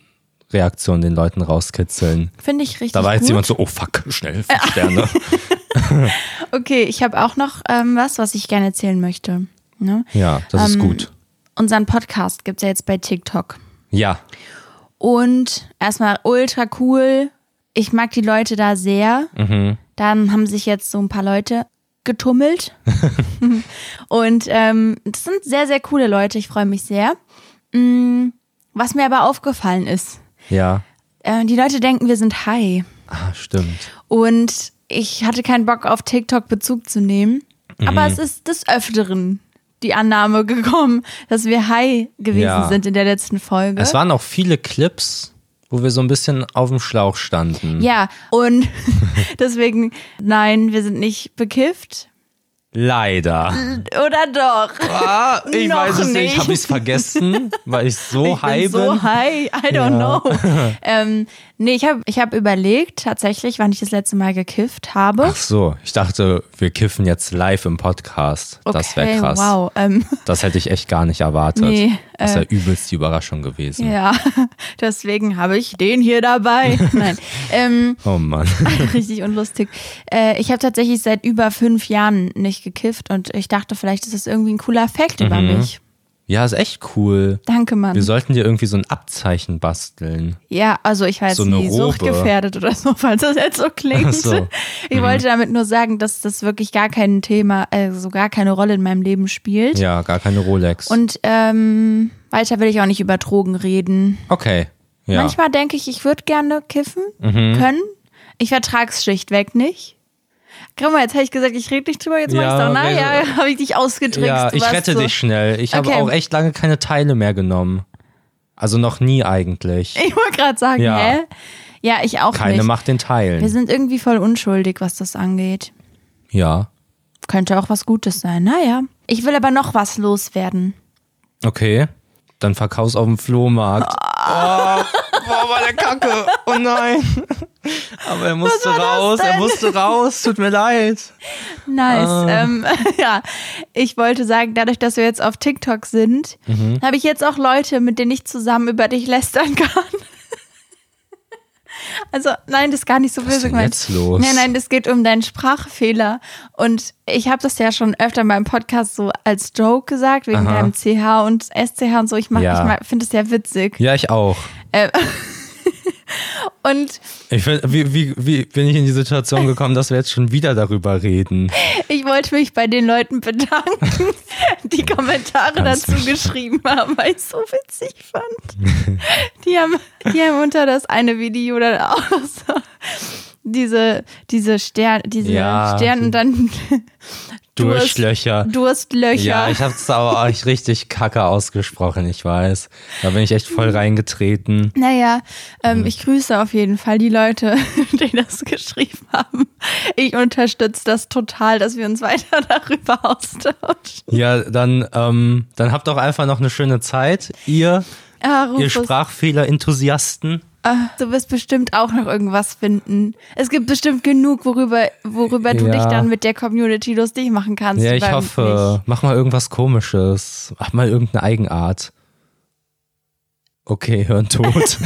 Speaker 2: Reaktion den Leuten rauskitzeln.
Speaker 1: Finde ich richtig
Speaker 2: Da war jetzt
Speaker 1: gut.
Speaker 2: jemand so, oh fuck, schnell, fünf Sterne.
Speaker 1: okay, ich habe auch noch ähm, was, was ich gerne erzählen möchte. Ne?
Speaker 2: Ja, das ist gut.
Speaker 1: unseren Podcast gibt's ja jetzt bei TikTok.
Speaker 2: Ja,
Speaker 1: Und erstmal ultra cool. Ich mag die Leute da sehr.
Speaker 2: Mhm.
Speaker 1: Dann haben sich jetzt so ein paar Leute getummelt. Und ähm, das sind sehr, sehr coole Leute. Ich freue mich sehr. Mm, Was mir aber aufgefallen ist,
Speaker 2: ja.
Speaker 1: äh, die Leute denken, wir sind high.
Speaker 2: Ah, stimmt.
Speaker 1: Und ich hatte keinen Bock auf TikTok Bezug zu nehmen. Aber
Speaker 2: Mhm.
Speaker 1: es ist des Öfteren die Annahme gekommen, dass wir high gewesen
Speaker 2: Ja.
Speaker 1: sind in der letzten Folge.
Speaker 2: Es waren auch viele Clips, wo wir so ein bisschen auf dem Schlauch standen.
Speaker 1: ja, und deswegen, nein, wir sind nicht bekifft.
Speaker 2: Leider.
Speaker 1: Oder doch?
Speaker 2: Ah, ich
Speaker 1: Noch
Speaker 2: weiß es nicht.
Speaker 1: nicht.
Speaker 2: Habe ich es vergessen, weil ich so
Speaker 1: ich
Speaker 2: high
Speaker 1: bin
Speaker 2: bin?
Speaker 1: so high, I don't know. ähm, nee, ich habe ich hab überlegt tatsächlich, wann ich das letzte Mal gekifft habe.
Speaker 2: Ach so, ich dachte, wir kiffen jetzt live im Podcast. das wäre
Speaker 1: Okay,
Speaker 2: krass.
Speaker 1: Wow, ähm,
Speaker 2: Das hätte ich echt gar nicht erwartet.
Speaker 1: Nee, äh,
Speaker 2: das wäre übelst die Überraschung gewesen.
Speaker 1: ja, deswegen habe ich den hier dabei. Nein, ähm,
Speaker 2: Oh Mann.
Speaker 1: Richtig unlustig. Äh, ich habe tatsächlich seit über fünf Jahren nicht gekifft und ich dachte, vielleicht ist das irgendwie ein cooler Fact über
Speaker 2: Mhm.
Speaker 1: mich.
Speaker 2: Ja, ist echt cool.
Speaker 1: Danke,
Speaker 2: Wir
Speaker 1: Mann.
Speaker 2: sollten dir irgendwie so ein Abzeichen basteln.
Speaker 1: Ja, also ich war jetzt
Speaker 2: So eine
Speaker 1: nie
Speaker 2: Robe.
Speaker 1: suchtgefährdet oder so, falls das jetzt so
Speaker 2: Ach
Speaker 1: klingt.
Speaker 2: so. Mhm.
Speaker 1: Ich wollte damit nur sagen, dass das wirklich gar kein Thema, also gar keine Rolle in meinem Leben spielt.
Speaker 2: Ja, gar keine Rolex.
Speaker 1: Und ähm, weiter will ich auch nicht über Drogen reden.
Speaker 2: okay. Ja. Mhm.
Speaker 1: Manchmal denke ich, ich würde gerne kiffen können. Ich vertrage es schlichtweg nicht. Guck mal, jetzt habe ich gesagt, ich rede nicht drüber, jetzt
Speaker 2: Ja,
Speaker 1: mach ich doch.
Speaker 2: okay.
Speaker 1: Naja, habe ich dich ausgetrickst.
Speaker 2: ja,
Speaker 1: du
Speaker 2: ich
Speaker 1: warst
Speaker 2: rette
Speaker 1: so.
Speaker 2: dich schnell. Ich
Speaker 1: Okay.
Speaker 2: habe auch echt lange keine Teile mehr genommen. Also noch nie eigentlich.
Speaker 1: Ich wollte gerade sagen,
Speaker 2: Ja.
Speaker 1: hä? Ja, ich auch
Speaker 2: Keine
Speaker 1: nicht.
Speaker 2: macht den
Speaker 1: Wir
Speaker 2: Teilen.
Speaker 1: sind irgendwie voll unschuldig, was das angeht.
Speaker 2: Ja.
Speaker 1: Könnte auch was Gutes sein. Naja. Ich will aber noch was loswerden.
Speaker 2: Okay. Dann verkauf's auf dem Flohmarkt. Oh, boah, war der Kacke. Oh nein. Aber er musste raus. Er musste raus. Tut mir leid.
Speaker 1: Nice.
Speaker 2: Ah.
Speaker 1: Ähm, ja, ich wollte sagen, dadurch, dass wir jetzt auf TikTok sind,
Speaker 2: Mhm.
Speaker 1: habe ich jetzt auch Leute, mit denen ich zusammen über dich lästern kann. Also, nein, das ist gar nicht so böse
Speaker 2: denn
Speaker 1: gemeint.
Speaker 2: jetzt los?
Speaker 1: Nein, nein, das geht um deinen Sprachfehler. Und ich habe das ja schon öfter in meinem Podcast so als Joke gesagt, wegen
Speaker 2: Aha.
Speaker 1: deinem CH und SCH und so. Ich, mach-
Speaker 2: Ja.
Speaker 1: ich mag- finde es ja witzig.
Speaker 2: Ja, ich auch.
Speaker 1: Und
Speaker 2: Ich find, wie, wie, wie bin ich in die Situation gekommen, dass wir jetzt schon wieder darüber reden?
Speaker 1: Ich wollte mich bei den Leuten bedanken, die Kommentare
Speaker 2: Ganz
Speaker 1: dazu geschrieben haben, weil ich es so witzig fand. Die haben, die haben unter das eine Video dann auch so diese, diese Stern, diese
Speaker 2: Ja.
Speaker 1: Stern und dann Durst-
Speaker 2: Durchlöcher.
Speaker 1: Durstlöcher.
Speaker 2: Ja, ich hab's aber euch richtig kacke ausgesprochen, ich weiß. Da bin ich echt voll reingetreten.
Speaker 1: naja,
Speaker 2: Hm.
Speaker 1: ähm, ich grüße auf jeden Fall die Leute, die das geschrieben haben. Ich unterstütze das total, dass wir uns weiter darüber austauschen.
Speaker 2: Ja, dann, ähm, dann habt doch einfach noch eine schöne Zeit. Ihr,
Speaker 1: Ah,
Speaker 2: ihr
Speaker 1: Rufus.
Speaker 2: Sprachfehler-Enthusiasten.
Speaker 1: Ah, Du wirst bestimmt auch noch irgendwas finden. Es gibt bestimmt genug, worüber, worüber du
Speaker 2: Ja.
Speaker 1: dich dann mit der Community lustig machen kannst.
Speaker 2: Ja, ich
Speaker 1: beim-
Speaker 2: hoffe, mach mal irgendwas Komisches. Mach mal irgendeine Eigenart. Okay, hören tot.
Speaker 1: nicht.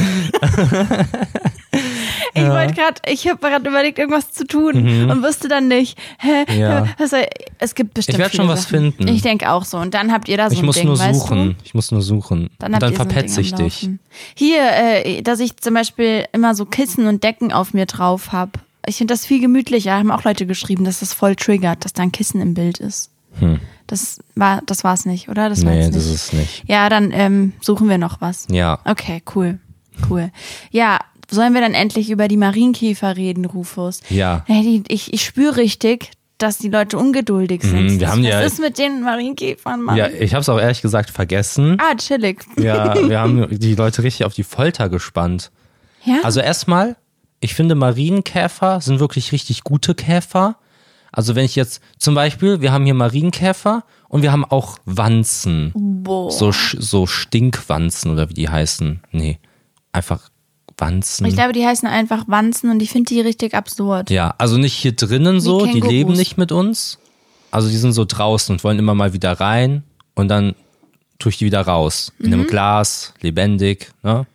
Speaker 1: Ich wollte gerade, ich habe gerade überlegt, irgendwas zu tun und wusste dann nicht. Hä?
Speaker 2: Mhm. Ja.
Speaker 1: Also, es gibt bestimmt.
Speaker 2: Ich werd schon
Speaker 1: viele
Speaker 2: was
Speaker 1: Sachen.
Speaker 2: finden.
Speaker 1: Ich denke auch so. Und dann habt ihr da so
Speaker 2: Ich
Speaker 1: ein
Speaker 2: muss
Speaker 1: Ding,
Speaker 2: nur
Speaker 1: weißt Du?
Speaker 2: suchen. Ich muss nur suchen.
Speaker 1: Dann,
Speaker 2: und
Speaker 1: habt
Speaker 2: dann
Speaker 1: ihr so ein
Speaker 2: verpetze
Speaker 1: Ding
Speaker 2: ich
Speaker 1: am
Speaker 2: dich.
Speaker 1: Laufen. Hier, äh, dass ich zum Beispiel immer so Kissen und Decken auf mir drauf habe. Ich finde das viel gemütlicher. Haben auch Leute geschrieben, dass das voll triggert, dass da ein Kissen im Bild ist. Das war, das war's nicht, oder? Das war
Speaker 2: Hm. Nee,
Speaker 1: jetzt
Speaker 2: das
Speaker 1: nicht.
Speaker 2: ist nicht.
Speaker 1: ja, dann ähm, suchen wir noch was.
Speaker 2: Ja.
Speaker 1: Okay, cool, cool. Ja, sollen wir dann endlich über die Marienkäfer reden, Rufus?
Speaker 2: Ja.
Speaker 1: Hey, die, ich, ich spüre richtig, dass die Leute ungeduldig sind.
Speaker 2: Mhm, wir haben
Speaker 1: was
Speaker 2: ja-
Speaker 1: ist mit den Marienkäfern, Mann?
Speaker 2: Ja, ich habe es auch ehrlich gesagt vergessen.
Speaker 1: Ah, chillig.
Speaker 2: Ja, wir haben die Leute richtig auf die Folter gespannt.
Speaker 1: Ja?
Speaker 2: Also erstmal, ich finde Marienkäfer sind wirklich richtig gute Käfer. Also wenn ich jetzt zum Beispiel, wir haben hier Marienkäfer und wir haben auch Wanzen.
Speaker 1: Boah.
Speaker 2: So, Sch- so Stinkwanzen oder wie die heißen. Nee, einfach Wanzen.
Speaker 1: Ich glaube, die heißen einfach Wanzen und ich finde die richtig absurd.
Speaker 2: Mhm. Ja, also nicht hier drinnen so, die
Speaker 1: Kängurus.
Speaker 2: leben nicht mit uns. Also die sind so draußen und wollen immer mal wieder rein und dann tue ich die wieder raus. In
Speaker 1: Mhm.
Speaker 2: einem Glas, lebendig, ne?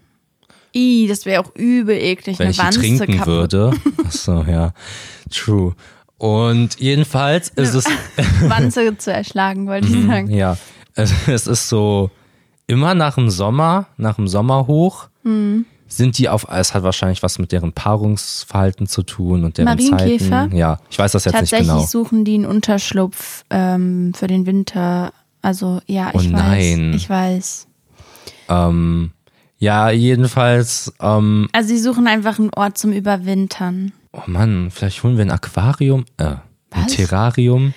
Speaker 1: Ih, das wäre auch übel eklig,
Speaker 2: wenn
Speaker 1: eine
Speaker 2: ich die
Speaker 1: Wanze
Speaker 2: trinken
Speaker 1: kaputt.
Speaker 2: würde. Achso, ja. True. Und jedenfalls ist es,
Speaker 1: Wanze zu erschlagen, wollte ich sagen.
Speaker 2: Mhm. Hm, ja, es es ist so, immer nach dem Sommer, nach dem Sommerhoch,
Speaker 1: Hm.
Speaker 2: sind die auf, es hat wahrscheinlich was mit deren Paarungsverhalten zu tun und deren
Speaker 1: Marienkäfer?
Speaker 2: Zeiten. Ja, ich weiß das jetzt nicht
Speaker 1: Tatsächlich
Speaker 2: genau.
Speaker 1: suchen die einen Unterschlupf ähm, für den Winter. Also ja, ich
Speaker 2: Oh
Speaker 1: weiß.
Speaker 2: nein.
Speaker 1: Ich weiß.
Speaker 2: Ähm, ja, jedenfalls, ähm,
Speaker 1: Also sie suchen einfach einen Ort zum Überwintern.
Speaker 2: oh Mann, vielleicht holen wir ein Aquarium, äh, ein
Speaker 1: Was?
Speaker 2: Terrarium.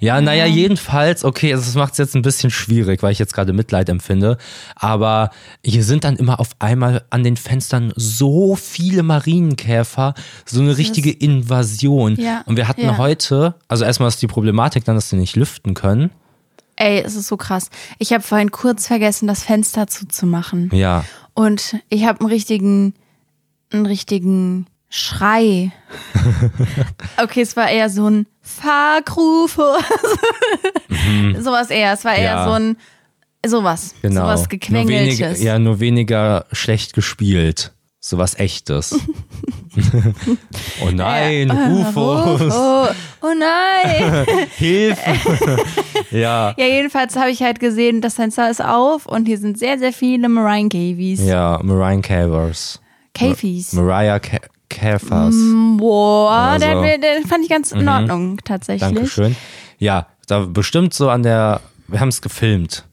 Speaker 2: Ja, naja, jedenfalls, okay, also das macht es jetzt ein bisschen schwierig, weil ich jetzt gerade Mitleid empfinde. Aber hier sind dann immer auf einmal an den Fenstern so viele Marienkäfer, so eine richtige Invasion.
Speaker 1: Ja,
Speaker 2: Und wir hatten
Speaker 1: ja.
Speaker 2: heute, also erstmal ist die Problematik dann, dass sie nicht lüften können.
Speaker 1: Ey, es ist so krass. Ich habe vorhin kurz vergessen, das Fenster zuzumachen.
Speaker 2: Ja.
Speaker 1: Und ich habe einen richtigen, einen richtigen Schrei. okay, es war eher so ein Fahrgrufo. Sowas eher. Es war eher
Speaker 2: Mhm. Ja.
Speaker 1: so ein sowas.
Speaker 2: Genau.
Speaker 1: Sowas gequengeltes.
Speaker 2: Nur weniger, ja, nur weniger schlecht gespielt. Sowas echtes. oh nein, Rufus,
Speaker 1: Oh, oh nein.
Speaker 2: Hilfe.
Speaker 1: Äh.
Speaker 2: ja,
Speaker 1: ja, jedenfalls habe ich halt gesehen, das Fenster ist auf und hier sind sehr, sehr viele Marine Cavies.
Speaker 2: ja, Mariah Cavers.
Speaker 1: Cavies.
Speaker 2: Mariah Ca Cavers.
Speaker 1: Mm, Boah,
Speaker 2: Also-
Speaker 1: den, den- den fand ich ganz in Ordnung tatsächlich.
Speaker 2: Mhm. Dankeschön. Ja, da bestimmt so an der, wir haben es gefilmt.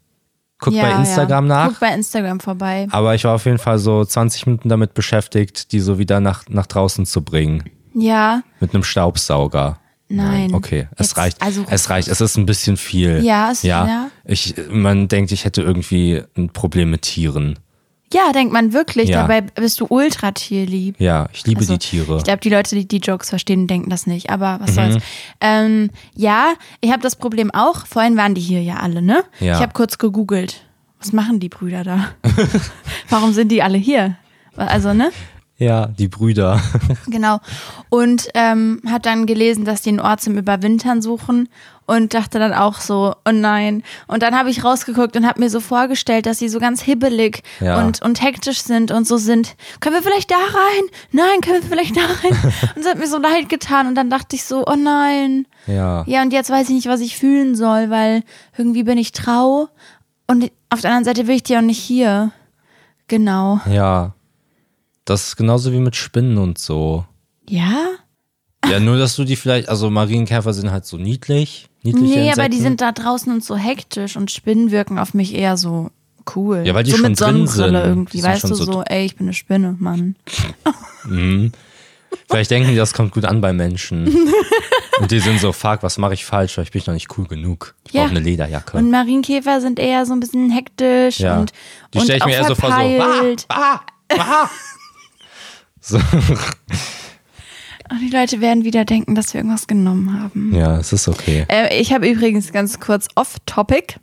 Speaker 2: Guck
Speaker 1: Ja,
Speaker 2: bei Instagram
Speaker 1: ja.
Speaker 2: nach. Ah.
Speaker 1: Guck bei Instagram vorbei.
Speaker 2: Aber ich war auf jeden Fall so 20 Minuten damit beschäftigt, die so wieder nach, nach draußen zu bringen.
Speaker 1: Ja,
Speaker 2: Mit einem Staubsauger.
Speaker 1: Nein.
Speaker 2: Okay, es
Speaker 1: Jetzt-
Speaker 2: reicht.
Speaker 1: also-
Speaker 2: es reicht. Es ist ein bisschen viel.
Speaker 1: Ja, es- ja.
Speaker 2: Ich, man denkt, ich hätte irgendwie ein Problem mit Tieren.
Speaker 1: Ja, denkt man wirklich.
Speaker 2: Ja.
Speaker 1: Dabei bist du ultra tierlieb.
Speaker 2: Ja, ich liebe
Speaker 1: Also,
Speaker 2: die Tiere. Mhm.
Speaker 1: Ich glaube, die Leute, die die Jokes verstehen, denken das nicht. Aber was soll's. Ähm, ja, ich habe das Problem auch. Vorhin waren die hier ja alle, ne?
Speaker 2: Ja.
Speaker 1: Ich habe kurz gegoogelt. Was machen die Brüder da? Warum sind die alle hier? Also, ne?
Speaker 2: Ja, die Brüder.
Speaker 1: Genau. Und ähm, hat dann gelesen, dass die einen Ort zum Überwintern suchen und dachte dann auch so, oh nein. Und dann habe ich rausgeguckt und habe mir so vorgestellt, dass sie so ganz hibbelig
Speaker 2: Ja.
Speaker 1: und, und hektisch sind und so sind. Können wir vielleicht da rein? Nein, können wir vielleicht da rein? und es hat mir so leid getan. Und dann dachte ich so, oh nein.
Speaker 2: Ja.
Speaker 1: Ja, und jetzt weiß ich nicht, was ich fühlen soll, weil irgendwie bin ich trau und auf der anderen Seite will ich die auch nicht hier. Genau.
Speaker 2: Ja. Das ist genauso wie mit Spinnen und so.
Speaker 1: Ja?
Speaker 2: Ja, nur, dass du die vielleicht, also Marienkäfer sind halt so niedlich. Niedliche
Speaker 1: Nee,
Speaker 2: Insekten.
Speaker 1: aber die sind da draußen und so hektisch und Spinnen wirken auf mich eher so cool.
Speaker 2: Ja, weil die
Speaker 1: so
Speaker 2: schon
Speaker 1: mit
Speaker 2: drin
Speaker 1: Sonnenbrille
Speaker 2: sind.
Speaker 1: irgendwie,
Speaker 2: Die sind
Speaker 1: weißt
Speaker 2: schon
Speaker 1: du,
Speaker 2: so
Speaker 1: so, ey, ich bin eine Spinne, Mann.
Speaker 2: Vielleicht denken die, das kommt gut an bei Menschen. und die sind so, fuck, was mache ich falsch? Vielleicht bin ich noch nicht cool genug. Ich
Speaker 1: Ja.
Speaker 2: brauche eine Lederjacke.
Speaker 1: Und Marienkäfer sind eher so ein bisschen hektisch
Speaker 2: Ja.
Speaker 1: und
Speaker 2: Die
Speaker 1: und
Speaker 2: stell ich
Speaker 1: auch
Speaker 2: mir eher so vor, so,
Speaker 1: verpeilt.
Speaker 2: ah, ah. so.
Speaker 1: Und die Leute werden wieder denken, dass wir irgendwas genommen haben.
Speaker 2: Ja, es ist okay.
Speaker 1: Äh, ich habe übrigens ganz kurz off-topic,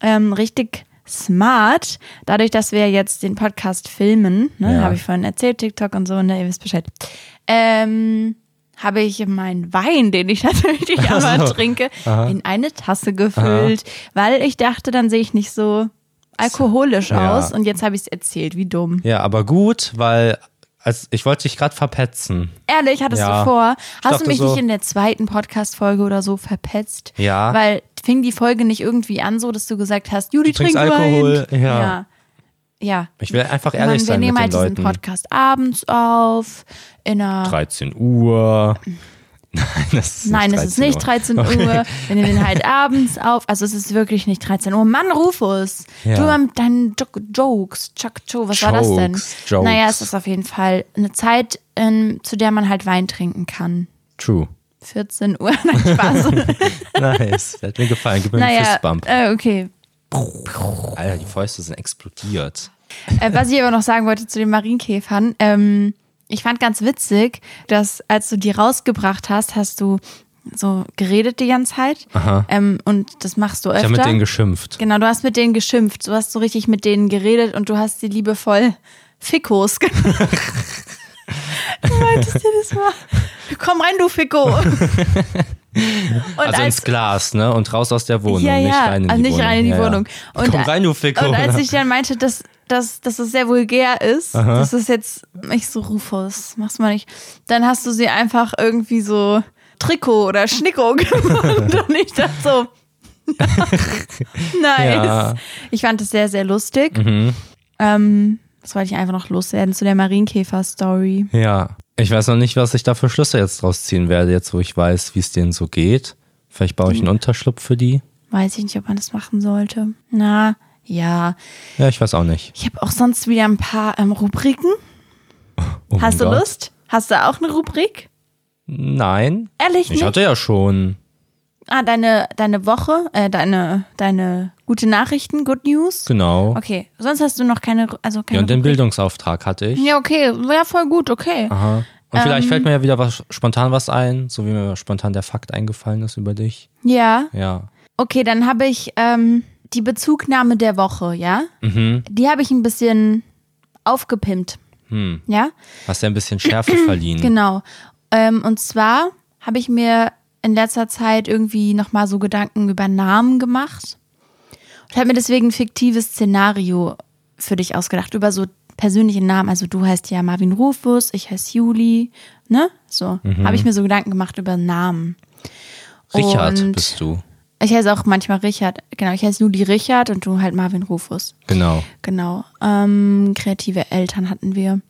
Speaker 1: ähm, richtig smart, dadurch, dass wir jetzt den Podcast filmen, ne,
Speaker 2: Ja.
Speaker 1: habe ich vorhin erzählt, TikTok und so, ne, ihr wisst Bescheid, ähm, habe ich meinen Wein, den ich natürlich aber trinke, in eine Tasse gefüllt, weil ich dachte, dann sehe ich nicht so alkoholisch
Speaker 2: Ja.
Speaker 1: aus und jetzt habe ich es erzählt, wie dumm.
Speaker 2: Ja, aber gut, weil als ich wollte dich gerade verpetzen.
Speaker 1: Ehrlich, hattest
Speaker 2: Ja.
Speaker 1: du vor. Hast
Speaker 2: dachte
Speaker 1: du mich
Speaker 2: so-
Speaker 1: nicht in der zweiten Podcast-Folge oder so verpetzt?
Speaker 2: Ja.
Speaker 1: Weil fing die Folge nicht irgendwie an, so dass du gesagt hast, Judy
Speaker 2: trinkst
Speaker 1: trinkt Wein.
Speaker 2: Alkohol, ja.
Speaker 1: ja. Ja.
Speaker 2: Ich will einfach ehrlich
Speaker 1: Mann, wir
Speaker 2: sein mit
Speaker 1: nehmen
Speaker 2: den
Speaker 1: halt diesen
Speaker 2: Leuten.
Speaker 1: Podcast abends auf, in einer
Speaker 2: 13 Uhr. Nein, das ist
Speaker 1: Nein,
Speaker 2: nicht
Speaker 1: es ist nicht 13 Uhr. Wir nehmen den halt abends auf. Also es ist wirklich nicht 13 Uhr. Mann, Rufus!
Speaker 2: Ja.
Speaker 1: Du mit deinen jo Jokes, Chuck Joe, was war das denn?
Speaker 2: Jokes, Jokes.
Speaker 1: Naja, es ist auf jeden Fall eine Zeit, ähm, zu der man halt Wein trinken kann.
Speaker 2: True.
Speaker 1: 14 Uhr, nein, Spaß.
Speaker 2: Nice. Hat mir gefallen. Gib mir einen
Speaker 1: naja,
Speaker 2: Fistbump.
Speaker 1: äh, okay.
Speaker 2: Alter, die Fäuste sind explodiert.
Speaker 1: Äh, was ich aber noch sagen wollte zu den Marienkäfern. Ähm, ich fand ganz witzig, dass als du die rausgebracht hast, hast du so geredet die ganze Zeit. Ähm, und das machst du öfter.
Speaker 2: Ich habe mit denen geschimpft.
Speaker 1: Genau, du hast mit denen geschimpft, du hast so richtig mit denen geredet und du hast sie liebevoll Fickos genannt. du meintest jedes Mal, komm rein, du Ficko. Und
Speaker 2: Also ins Glas, ne? Und raus aus der Wohnung.
Speaker 1: ja,
Speaker 2: nicht
Speaker 1: ja,
Speaker 2: rein in die
Speaker 1: also nicht
Speaker 2: Wohnung.
Speaker 1: rein in die
Speaker 2: Ja, ja.
Speaker 1: Wohnung. Und, äh,
Speaker 2: Komm rein, du Ficker.
Speaker 1: und als ich dann meinte, dass, dass, dass es sehr vulgär ist, das ist jetzt, ich so, Rufus, mach's mal nicht, dann hast du sie einfach irgendwie so Trikot oder Schnicko gemacht und ich dachte so, nice.
Speaker 2: Ja. Mhm.
Speaker 1: Ich fand es sehr, sehr lustig. Ähm, das wollte ich einfach noch loswerden zu der Marienkäfer-Story.
Speaker 2: Ja. Ich weiß noch nicht, was ich da für Schlüsse jetzt draus ziehen werde, jetzt wo ich weiß, wie es denen so geht. Vielleicht baue
Speaker 1: Hm.
Speaker 2: ich einen Unterschlupf für die.
Speaker 1: Weiß ich nicht, ob man das machen sollte. Na, ja.
Speaker 2: Ja, ich weiß auch nicht.
Speaker 1: Ich habe auch sonst wieder ein paar ähm, Rubriken.
Speaker 2: Oh
Speaker 1: Hast du
Speaker 2: mein Gott.
Speaker 1: Lust? Hast du auch eine Rubrik?
Speaker 2: Nein.
Speaker 1: Ehrlich
Speaker 2: Ich
Speaker 1: nicht?
Speaker 2: hatte ja schon.
Speaker 1: Ah, deine, deine Woche, äh, deine, deine gute Nachrichten, Good News.
Speaker 2: Genau.
Speaker 1: Okay, sonst hast du noch keine, Ru- also
Speaker 2: Ja,
Speaker 1: keine
Speaker 2: und den
Speaker 1: Rubrik.
Speaker 2: Bildungsauftrag hatte ich.
Speaker 1: Ja, okay, ja, voll gut, okay.
Speaker 2: Aha. Und vielleicht
Speaker 1: Ähm.
Speaker 2: fällt mir ja wieder was spontan was ein, so wie mir spontan der Fakt eingefallen ist über dich.
Speaker 1: Ja,
Speaker 2: Ja.
Speaker 1: okay, dann habe ich ähm, die Bezugnahme der Woche, ja?
Speaker 2: Mhm.
Speaker 1: Die habe ich ein bisschen aufgepimpt,
Speaker 2: Hm.
Speaker 1: ja?
Speaker 2: Hast ja ein bisschen Schärfe verliehen.
Speaker 1: Genau. Ähm, und zwar habe ich mir in letzter Zeit irgendwie nochmal so Gedanken über Namen gemacht und habe mir deswegen ein fiktives Szenario für dich ausgedacht, über so persönliche Namen. Also du heißt ja Marvin Rufus, ich heiße Juli, ne? So.
Speaker 2: Mhm.
Speaker 1: Habe ich mir so Gedanken gemacht über Namen.
Speaker 2: Richard
Speaker 1: Und
Speaker 2: bist du.
Speaker 1: ich heiße auch manchmal Richard. Genau, ich heiße Juli Richard und du halt Marvin Rufus.
Speaker 2: Genau.
Speaker 1: Genau. Ähm, kreative Eltern hatten wir.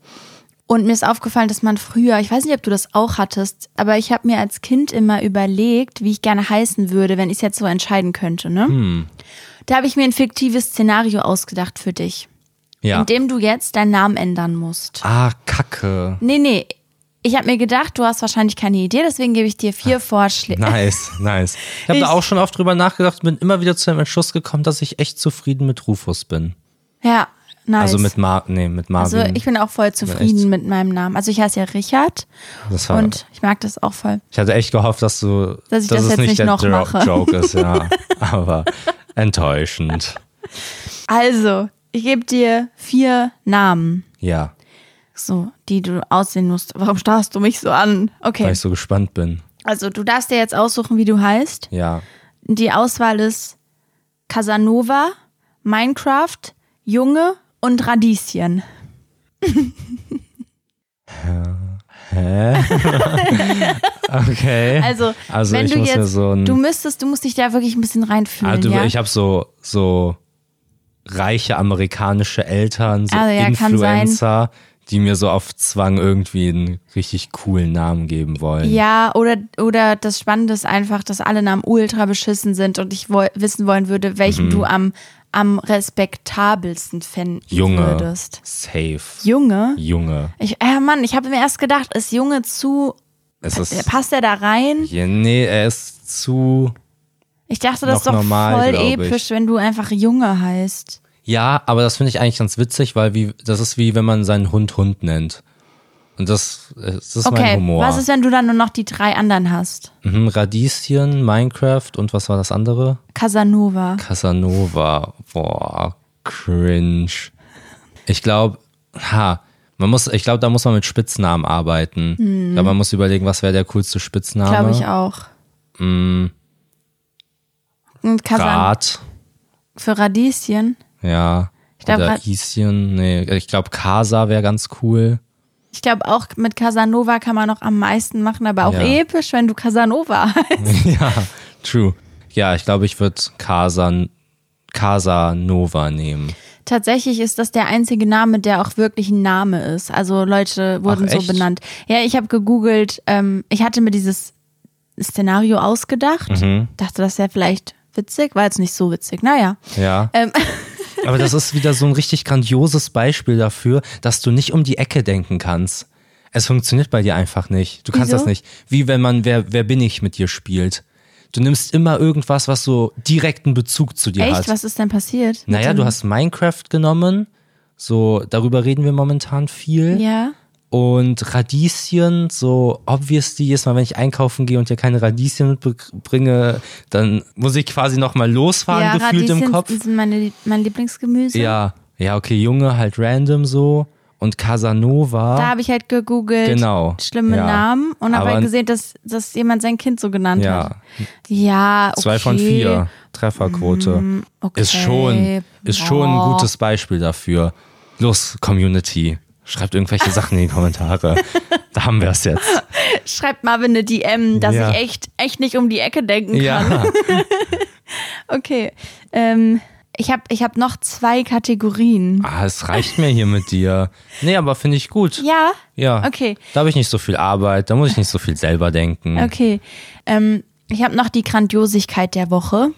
Speaker 1: Und mir ist aufgefallen, dass man früher, ich weiß nicht, ob du das auch hattest, aber ich habe mir als Kind immer überlegt, wie ich gerne heißen würde, wenn ich es jetzt so entscheiden könnte. Ne?
Speaker 2: Hm.
Speaker 1: Da habe ich mir ein fiktives Szenario ausgedacht für dich,
Speaker 2: Ja.
Speaker 1: in dem du jetzt deinen Namen ändern musst.
Speaker 2: Ah, Kacke.
Speaker 1: Nee, nee. Ich habe mir gedacht, du hast wahrscheinlich keine Idee, deswegen gebe ich dir vier Vorschläge.
Speaker 2: Nice, nice. Ich habe
Speaker 1: Ich-
Speaker 2: da auch schon oft drüber nachgedacht, bin immer wieder zu dem Entschluss gekommen, dass ich echt zufrieden mit Rufus bin.
Speaker 1: Ja, nice.
Speaker 2: Also mit Mar nee, mit Marvin.
Speaker 1: also ich bin auch voll
Speaker 2: echt-
Speaker 1: zufrieden mit meinem Namen. Also ich heiße ja Richard
Speaker 2: das war,
Speaker 1: und ich mag das auch voll.
Speaker 2: ich hatte echt gehofft, dass du
Speaker 1: Dass ich das
Speaker 2: es
Speaker 1: jetzt nicht
Speaker 2: der
Speaker 1: noch
Speaker 2: Jo-
Speaker 1: mache.
Speaker 2: Joke ist, ja. Aber enttäuschend.
Speaker 1: Also, ich gebe dir vier Namen,
Speaker 2: Ja,
Speaker 1: so, die du aussehen musst. Warum starrst du mich so an?
Speaker 2: weil
Speaker 1: Okay.
Speaker 2: ich so gespannt bin.
Speaker 1: Also, du darfst dir jetzt aussuchen, wie du heißt.
Speaker 2: Ja.
Speaker 1: Die Auswahl ist Casanova, Minecraft, Junge und Radieschen.
Speaker 2: Okay.
Speaker 1: Also,
Speaker 2: Also
Speaker 1: wenn
Speaker 2: ich
Speaker 1: du
Speaker 2: muss mir
Speaker 1: jetzt
Speaker 2: so ein-
Speaker 1: du müsstest, du musst dich da wirklich ein bisschen reinfühlen,
Speaker 2: Also,
Speaker 1: Hm, ja?
Speaker 2: Ich habe so, so reiche amerikanische Eltern, so
Speaker 1: Also, ja, kann sein.
Speaker 2: Influencer, die mir so auf Zwang irgendwie einen richtig coolen Namen geben wollen.
Speaker 1: ja, oder, oder das Spannende ist einfach, dass alle Namen ultra beschissen sind und ich woll, wissen wollen würde, welchen
Speaker 2: Mhm.
Speaker 1: du am, am respektabelsten fänden
Speaker 2: Junge.
Speaker 1: würdest.
Speaker 2: Safe.
Speaker 1: Junge?
Speaker 2: Junge.
Speaker 1: Ich, äh, Mann, ich habe mir erst gedacht, ist Junge zu,
Speaker 2: Es
Speaker 1: Äh,
Speaker 2: ist.
Speaker 1: passt er da rein?
Speaker 2: Ja, nee, er ist zu.
Speaker 1: Ich dachte, das ist
Speaker 2: Noch
Speaker 1: doch
Speaker 2: normal,
Speaker 1: voll
Speaker 2: glaub ich.
Speaker 1: episch, wenn du einfach Junge heißt.
Speaker 2: Ja, aber das finde ich eigentlich ganz witzig, weil wie, das ist wie wenn man seinen Hund Hund nennt. Und das, äh, das ist mein
Speaker 1: Okay,
Speaker 2: Humor.
Speaker 1: was ist, wenn du dann nur noch die drei anderen hast?
Speaker 2: mhm, Radieschen, Minecraft und was war das andere?
Speaker 1: Casanova.
Speaker 2: Casanova. Boah, cringe. Ich glaube, ha, man muss, ich glaube, da muss man mit Spitznamen arbeiten. Ich glaub, man muss überlegen, was wäre der coolste Spitzname.
Speaker 1: Glaube Mhm. ich auch. Mm. Kasan
Speaker 2: Rad,
Speaker 1: für Radieschen.
Speaker 2: ja.
Speaker 1: glaub,
Speaker 2: Oder
Speaker 1: Rad-
Speaker 2: Ischen, nee, ich glaube, Casa wäre ganz cool.
Speaker 1: Ich glaube, auch mit Casanova kann man noch am meisten machen, aber auch
Speaker 2: Ja.
Speaker 1: episch, wenn du Casanova heißt.
Speaker 2: ja, true. Ja, ich glaube, ich würde Casan Casanova nehmen.
Speaker 1: Tatsächlich ist das der einzige Name, der auch wirklich ein Name ist. Also Leute wurden
Speaker 2: Ach,
Speaker 1: so
Speaker 2: echt?
Speaker 1: benannt. Ja, ich habe gegoogelt, ähm, ich hatte mir dieses Szenario ausgedacht.
Speaker 2: Mhm.
Speaker 1: Dachte, das wäre vielleicht witzig, war jetzt nicht so witzig. Naja.
Speaker 2: Ja.
Speaker 1: Ähm.
Speaker 2: Aber das ist wieder so ein richtig grandioses Beispiel dafür, dass du nicht um die Ecke denken kannst. Es funktioniert bei dir einfach nicht. Du kannst
Speaker 1: Wieso?
Speaker 2: das nicht. Wie wenn man wer, wer bin ich mit dir spielt. Du nimmst immer irgendwas, was so direkten Bezug zu dir hat.
Speaker 1: Echt? Was ist denn passiert? Mit
Speaker 2: halt. Naja,
Speaker 1: dem-
Speaker 2: du hast Minecraft genommen. So, darüber reden wir momentan viel.
Speaker 1: Ja.
Speaker 2: Und Radieschen, so obviously, jedes Mal, wenn ich einkaufen gehe und dir keine Radieschen mitbringe, dann muss ich quasi nochmal losfahren,
Speaker 1: ja,
Speaker 2: gefühlt
Speaker 1: Radieschen
Speaker 2: im Kopf.
Speaker 1: sind meine, mein Lieblingsgemüse.
Speaker 2: Ja, ja, okay, Junge, halt random so. Und Casanova.
Speaker 1: Da habe ich halt gegoogelt,
Speaker 2: Genau.
Speaker 1: schlimme
Speaker 2: Ja.
Speaker 1: Namen und habe
Speaker 2: Aber-
Speaker 1: halt gesehen, dass, dass jemand sein Kind so genannt hat.
Speaker 2: ja,
Speaker 1: Ja, okay. Mm, Hm,
Speaker 2: zwei von vier Trefferquote.
Speaker 1: Okay.
Speaker 2: Ist schon, ist schon ein
Speaker 1: Boah.
Speaker 2: gutes Beispiel dafür. Los, Community. Schreibt irgendwelche Sachen in die Kommentare. Da haben wir es jetzt.
Speaker 1: Schreibt Marvin eine DM, dass
Speaker 2: Ja.
Speaker 1: ich echt, echt nicht um die Ecke denken kann.
Speaker 2: Ja.
Speaker 1: Okay. Ähm, ich habe ich hab noch zwei Kategorien.
Speaker 2: Ah, es reicht mir hier mit dir. Nee, aber finde ich gut.
Speaker 1: Ja?
Speaker 2: Ja.
Speaker 1: Okay.
Speaker 2: Da habe ich nicht so viel Arbeit, da muss ich nicht so viel selber denken.
Speaker 1: Okay. Ähm, ich habe noch die Grandiosigkeit der Woche.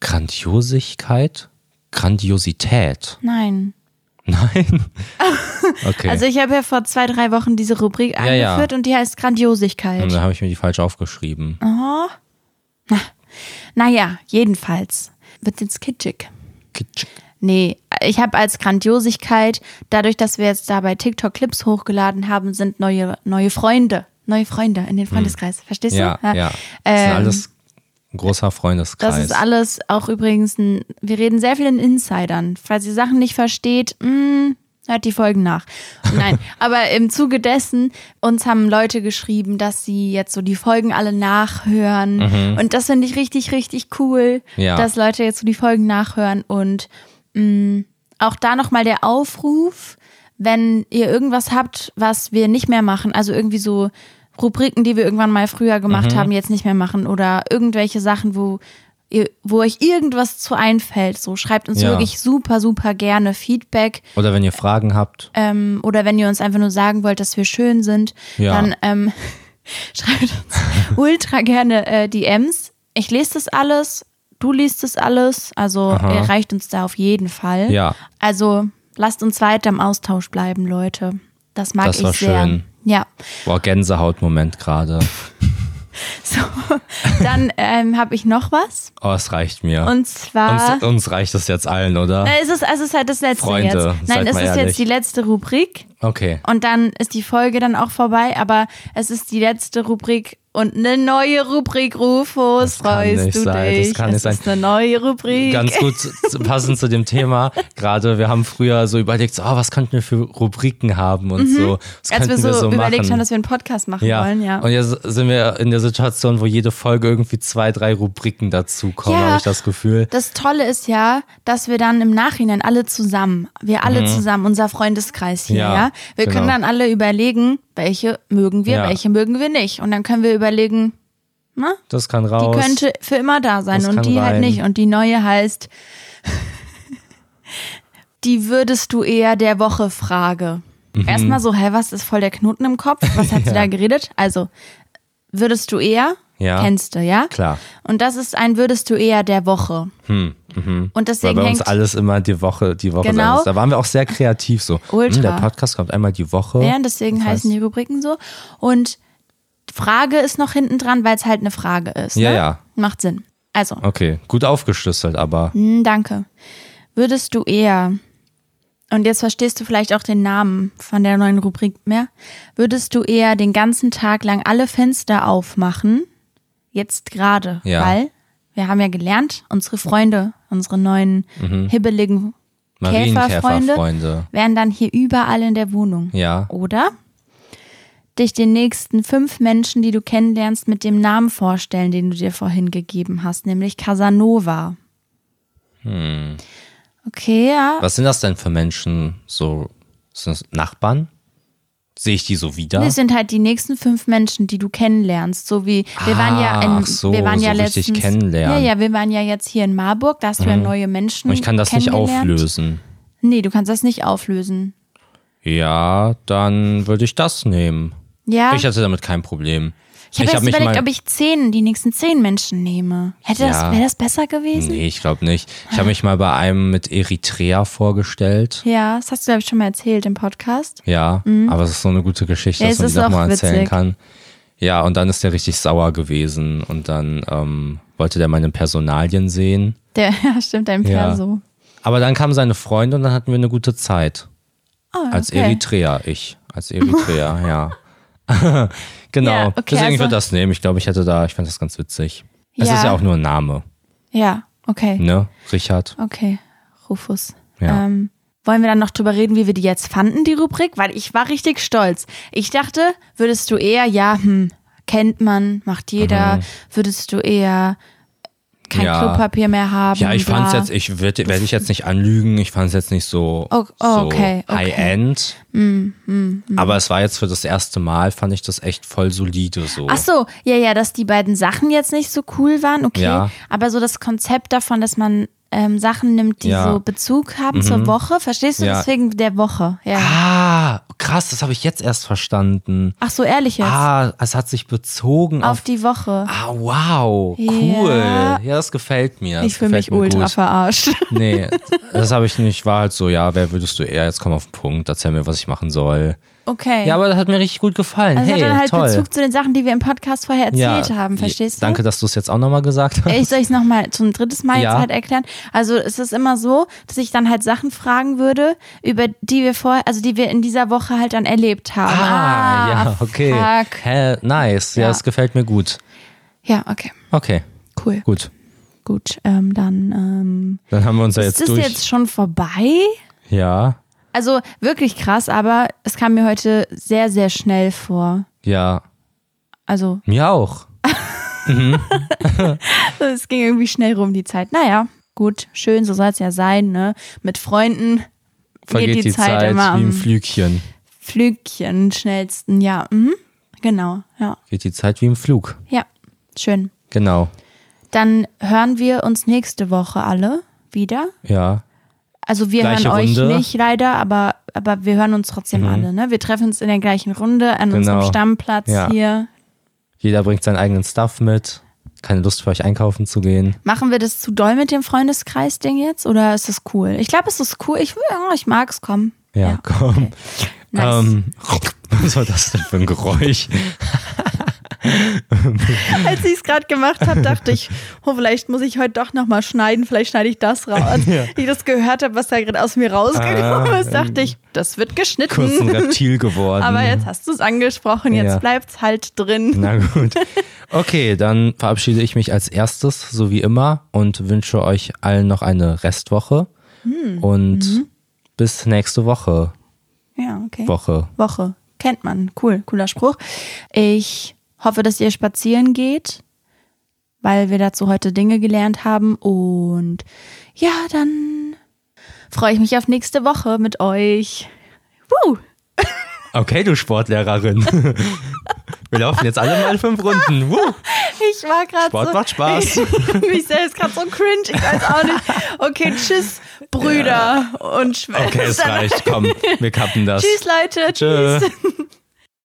Speaker 2: Grandiosigkeit? Grandiosität?
Speaker 1: Nein.
Speaker 2: Nein. Okay.
Speaker 1: Also ich habe ja vor zwei, drei Wochen diese Rubrik
Speaker 2: ja. Mhm.
Speaker 1: eingeführt und die heißt Grandiosigkeit.
Speaker 2: da habe ich mir die falsch aufgeschrieben.
Speaker 1: Ah. Naja, jedenfalls. Wird jetzt kitschig.
Speaker 2: Kitsch.
Speaker 1: Nee, ich habe als Grandiosigkeit, dadurch, dass wir jetzt da bei TikTok Clips hochgeladen haben, sind neue, neue Freunde. Neue Freunde in den Freundeskreis. Verstehst
Speaker 2: Hm. Ja,
Speaker 1: du?
Speaker 2: ja. Das ist
Speaker 1: Ähm,
Speaker 2: alles ein großer Freundeskreis.
Speaker 1: das ist alles auch übrigens ein, wir reden sehr viel in Insidern. Falls ihr Sachen nicht versteht, mh, hört die Folgen nach. Nein, aber im Zuge dessen, uns haben Leute geschrieben, dass sie jetzt so die Folgen alle nachhören. Und das finde ich richtig, richtig cool,
Speaker 2: Mhm. Ja.
Speaker 1: dass Leute jetzt so die Folgen nachhören. Und mh, auch da nochmal der Aufruf, wenn ihr irgendwas habt, was wir nicht mehr machen, also irgendwie so Rubriken, die wir irgendwann mal früher gemacht
Speaker 2: Mhm.
Speaker 1: haben, jetzt nicht mehr machen oder irgendwelche Sachen, wo ihr, wo euch irgendwas zu einfällt, so schreibt uns
Speaker 2: Ja.
Speaker 1: wirklich super, super gerne Feedback
Speaker 2: Oder wenn ihr Fragen habt,
Speaker 1: ähm, oder wenn ihr uns einfach nur sagen wollt, dass wir schön sind,
Speaker 2: Ja.
Speaker 1: dann ähm, schreibt uns ultra gerne äh, DMs. Ich lese das alles, du liest das alles, also ihr reicht uns da auf jeden Fall.
Speaker 2: Ja.
Speaker 1: Also lasst uns weiter im Austausch bleiben, Leute. Das mag
Speaker 2: Das
Speaker 1: ich
Speaker 2: war
Speaker 1: sehr.
Speaker 2: schön.
Speaker 1: Ja,
Speaker 2: boah, Gänsehautmoment gerade.
Speaker 1: so, dann ähm, habe ich noch was
Speaker 2: Oh, es reicht mir.
Speaker 1: und zwar
Speaker 2: uns, uns reicht es jetzt allen, oder?
Speaker 1: Äh, es ist es ist halt das letzte
Speaker 2: Freunde,
Speaker 1: jetzt.
Speaker 2: seid
Speaker 1: Nein, es
Speaker 2: mal
Speaker 1: ist
Speaker 2: ehrlich.
Speaker 1: jetzt die letzte Rubrik.
Speaker 2: Okay.
Speaker 1: Und dann ist die Folge dann auch vorbei, aber es ist die letzte Rubrik und eine neue Rubrik, Rufus,
Speaker 2: kann
Speaker 1: freust
Speaker 2: nicht
Speaker 1: du
Speaker 2: sein, das
Speaker 1: dich?
Speaker 2: kann
Speaker 1: es
Speaker 2: nicht
Speaker 1: ist eine neue Rubrik.
Speaker 2: Ganz gut zu- passend zu dem Thema. Gerade wir haben früher so überlegt, so, ah, was könnten wir für Rubriken haben und so. Was
Speaker 1: Mhm. Als wir
Speaker 2: könnten
Speaker 1: so, überlegt
Speaker 2: machen?
Speaker 1: haben, dass wir einen Podcast machen
Speaker 2: ja.
Speaker 1: wollen, ja.
Speaker 2: Und jetzt sind wir in der Situation, wo jede Folge irgendwie zwei, drei Rubriken dazukommen,
Speaker 1: Ja.
Speaker 2: habe ich das Gefühl.
Speaker 1: das Tolle ist ja, dass wir dann im Nachhinein alle zusammen, wir alle zusammen, unser Freundeskreis hier,
Speaker 2: Mhm. Ja,
Speaker 1: ja, wir
Speaker 2: genau.
Speaker 1: können dann alle überlegen, welche mögen wir,
Speaker 2: Ja.
Speaker 1: welche mögen wir nicht. Und dann können wir überlegen, na,
Speaker 2: Das kann
Speaker 1: Die
Speaker 2: raus.
Speaker 1: könnte für immer da sein
Speaker 2: Das kann
Speaker 1: und die
Speaker 2: rein.
Speaker 1: halt nicht. Und die neue heißt, die würdest du eher der Woche Frage.
Speaker 2: Mhm.
Speaker 1: Erstmal so, hä, was ist voll der Knoten im Kopf? Was hat sie da geredet? Also, würdest du eher?
Speaker 2: Ja.
Speaker 1: Kennst du, ja?
Speaker 2: Klar.
Speaker 1: Und das ist ein würdest du eher der Woche. Und
Speaker 2: Hm, mhm. Weil
Speaker 1: deswegen
Speaker 2: bei uns
Speaker 1: hängt,
Speaker 2: alles immer die Woche, die Woche sein
Speaker 1: Genau.
Speaker 2: muss. Da waren wir auch sehr kreativ so.
Speaker 1: Ultra.
Speaker 2: Hm, der Podcast kommt einmal die Woche.
Speaker 1: ja, und deswegen
Speaker 2: Das heißt-
Speaker 1: heißen die Rubriken so. Und Frage ist noch hinten dran, weil es halt eine Frage ist.
Speaker 2: Ja,
Speaker 1: ne?
Speaker 2: ja.
Speaker 1: Macht Sinn. Also,
Speaker 2: Okay, gut aufgeschlüsselt, aber
Speaker 1: Hm, danke. Würdest du eher, und jetzt verstehst du vielleicht auch den Namen von der neuen Rubrik mehr, würdest du eher den ganzen Tag lang alle Fenster aufmachen, jetzt gerade,
Speaker 2: Ja.
Speaker 1: weil wir haben ja gelernt, unsere Freunde, unsere neuen hibbeligen Käferfreunde
Speaker 2: Mhm. Marienkäferfreunde.
Speaker 1: wären dann hier überall in der Wohnung.
Speaker 2: Ja.
Speaker 1: Oder dich den nächsten fünf Menschen, die du kennenlernst, mit dem Namen vorstellen, den du dir vorhin gegeben hast, nämlich Casanova. Hm. Okay, ja.
Speaker 2: Hm. Was sind das denn für Menschen? So sind das Nachbarn? Sehe ich die so wieder?
Speaker 1: Das sind halt die nächsten fünf Menschen, die du kennenlernst. So wie wir waren ja
Speaker 2: Ah,
Speaker 1: in,
Speaker 2: ach so,
Speaker 1: wir waren ja
Speaker 2: so richtig
Speaker 1: letztens,
Speaker 2: kennenlernen. Mhm.
Speaker 1: Ja, ja, wir waren ja jetzt hier in Marburg. Da hast du ja neue Menschen.
Speaker 2: Und ich kann das nicht
Speaker 1: kennengelernt.
Speaker 2: auflösen.
Speaker 1: Nee, du kannst das nicht auflösen.
Speaker 2: Ja, dann würde ich das nehmen.
Speaker 1: Ja.
Speaker 2: Ich hatte damit kein Problem.
Speaker 1: Ich habe
Speaker 2: hab
Speaker 1: jetzt überlegt, ob ich zehn, die nächsten zehn Menschen nehme. Hätte
Speaker 2: Ja.
Speaker 1: das, wäre das besser gewesen?
Speaker 2: Nee, ich glaube nicht. Ich habe mich mal bei einem mit Eritrea vorgestellt.
Speaker 1: Ja, das hast du, glaube ich, schon mal erzählt im Podcast.
Speaker 2: Ja, aber es ist so eine gute Geschichte,
Speaker 1: Mhm. Ja,
Speaker 2: dass
Speaker 1: es
Speaker 2: man die
Speaker 1: ist
Speaker 2: doch
Speaker 1: auch
Speaker 2: mal erzählen
Speaker 1: witzig.
Speaker 2: kann. Ja, und dann ist der richtig sauer gewesen und dann ähm, wollte der meine Personalien sehen.
Speaker 1: Der, ja, stimmt, dein
Speaker 2: Ja.
Speaker 1: Perso.
Speaker 2: Aber dann kam seine Freundin und dann hatten wir eine gute Zeit.
Speaker 1: Ah,
Speaker 2: Als
Speaker 1: okay.
Speaker 2: Eritrea, ich. Als Eritrea, ja. genau.
Speaker 1: Ja, okay,
Speaker 2: Deswegen ich
Speaker 1: also-
Speaker 2: würde das nehmen. Ich glaube, ich hätte da, ich fand das ganz witzig. Es
Speaker 1: Ja.
Speaker 2: ist ja auch nur ein Name,
Speaker 1: Ja, okay.
Speaker 2: ne? Richard.
Speaker 1: Okay, Rufus.
Speaker 2: Ja.
Speaker 1: Ähm, wollen wir dann noch drüber reden, wie wir die jetzt fanden, die Rubrik? Weil ich war richtig stolz. Ich dachte, würdest du eher, ja, hm, kennt man, macht jeder, würdest du eher kein
Speaker 2: Mhm. Ja.
Speaker 1: Klopapier mehr haben.
Speaker 2: Ja, ich
Speaker 1: bla.
Speaker 2: fand's jetzt, ich werde werd ich jetzt nicht anlügen, ich fand's jetzt nicht so,
Speaker 1: Oh, oh, okay, Mm, okay.
Speaker 2: so high-end. Aber es war jetzt für das erste Mal, fand ich das echt voll solide so.
Speaker 1: Ach so, ja, ja, dass die beiden Sachen jetzt nicht so cool waren, okay.
Speaker 2: Ja.
Speaker 1: Aber so das Konzept davon, dass man ähm, Sachen nimmt, die
Speaker 2: Ja. Mhm.
Speaker 1: so Bezug haben zur Woche, verstehst du?
Speaker 2: Ja.
Speaker 1: Deswegen der Woche, ja.
Speaker 2: Ah, krass, das habe ich jetzt erst verstanden.
Speaker 1: Ach so, ehrlich jetzt.
Speaker 2: Ah, es hat sich bezogen auf,
Speaker 1: Auf die Woche.
Speaker 2: Ah, wow, cool. Ja,
Speaker 1: Ja.
Speaker 2: das gefällt mir. Das
Speaker 1: ich fühle
Speaker 2: gefällt
Speaker 1: mich
Speaker 2: mir
Speaker 1: ultra
Speaker 2: gut.
Speaker 1: verarscht.
Speaker 2: Nee, das habe ich nicht. War halt so, ja, wer würdest du eher? Jetzt komm auf den Punkt, erzähl mir, was ich machen soll.
Speaker 1: Okay.
Speaker 2: Ja, aber das hat mir richtig gut gefallen.
Speaker 1: das
Speaker 2: hey,
Speaker 1: hat dann halt
Speaker 2: toll.
Speaker 1: Bezug zu den Sachen, die wir im Podcast vorher erzählt haben,
Speaker 2: je-
Speaker 1: verstehst du?
Speaker 2: Danke, dass du es jetzt auch nochmal gesagt hast.
Speaker 1: Ich soll ich es nochmal zum dritten Mal
Speaker 2: Ja.
Speaker 1: jetzt halt erklären. Also es ist immer so, dass ich dann halt Sachen fragen würde, über die wir vor, also die wir in dieser Woche halt dann erlebt haben.
Speaker 2: Ah, ja,
Speaker 1: ah,
Speaker 2: okay.
Speaker 1: Fuck.
Speaker 2: Hä, nice, ja,
Speaker 1: Ja.
Speaker 2: es gefällt mir gut.
Speaker 1: Ja, okay.
Speaker 2: Okay,
Speaker 1: Cool. Gut,
Speaker 2: gut.
Speaker 1: ähm, dann ähm,
Speaker 2: Dann haben wir uns ja
Speaker 1: ist
Speaker 2: jetzt
Speaker 1: das
Speaker 2: durch.
Speaker 1: jetzt schon vorbei?
Speaker 2: ja,
Speaker 1: Also wirklich krass, aber es kam mir heute sehr, sehr schnell vor.
Speaker 2: ja,
Speaker 1: Also
Speaker 2: mir auch.
Speaker 1: es ging irgendwie schnell rum, die Zeit. Naja, gut, schön, so soll es ja sein, ne? Mit Freunden
Speaker 2: Vergeht
Speaker 1: geht die, Zeit, immer
Speaker 2: wie ein
Speaker 1: am
Speaker 2: Flügchen.
Speaker 1: Flügchen schnellsten, ja. Mhm. Genau, ja.
Speaker 2: Geht die Zeit wie im Flug.
Speaker 1: Ja, schön.
Speaker 2: Genau,
Speaker 1: Dann hören wir uns nächste Woche alle wieder.
Speaker 2: ja.
Speaker 1: Also wir
Speaker 2: Gleiche
Speaker 1: hören euch
Speaker 2: Runde. Mhm.
Speaker 1: nicht leider, aber, aber wir hören uns trotzdem alle. Ne? Wir treffen uns in der gleichen Runde an unserem
Speaker 2: Genau.
Speaker 1: Stammplatz
Speaker 2: Ja.
Speaker 1: hier.
Speaker 2: Jeder bringt seinen eigenen Stuff mit. Keine Lust für euch einkaufen zu gehen.
Speaker 1: Machen wir das zu doll mit dem Freundeskreis-Ding jetzt oder ist es cool? Ich glaube, es ist cool. Ich, ja, ich mag es, komm.
Speaker 2: Ja, komm.
Speaker 1: Nice.
Speaker 2: Ähm, was war das denn für ein Geräusch?
Speaker 1: Als ich es gerade gemacht habe, dachte ich, oh, vielleicht muss ich heute doch nochmal schneiden, vielleicht schneide ich das raus. Als ich das gehört habe, was da gerade aus mir rausgekommen
Speaker 2: Ah,
Speaker 1: ist, dachte ich, das wird
Speaker 2: Kurz ein
Speaker 1: geschnitten.
Speaker 2: Reptil geworden.
Speaker 1: Aber jetzt hast du es angesprochen, jetzt
Speaker 2: Ja.
Speaker 1: bleibt's halt drin.
Speaker 2: Na gut. Okay, dann verabschiede ich mich als erstes, so wie immer, und wünsche euch allen noch eine Restwoche.
Speaker 1: Hm.
Speaker 2: Und
Speaker 1: Mhm.
Speaker 2: bis nächste Woche.
Speaker 1: Ja, okay.
Speaker 2: Woche.
Speaker 1: Woche. Kennt man. Cool, cooler Spruch. Ich hoffe, dass ihr spazieren geht, weil wir dazu heute Dinge gelernt haben. Und ja, dann freue ich mich auf nächste Woche mit euch. Woo!
Speaker 2: Okay, du Sportlehrerin. Wir laufen jetzt alle mal fünf Runden. Woo.
Speaker 1: Ich war gerade
Speaker 2: Sport
Speaker 1: so.
Speaker 2: macht Spaß.
Speaker 1: Mich selbst gerade so cringe. Ich weiß auch nicht. Okay, tschüss, Brüder und Schwestern.
Speaker 2: Okay, es reicht. Komm, wir kappen das.
Speaker 1: Tschüss, Leute.
Speaker 2: Tschö.
Speaker 1: Tschüss.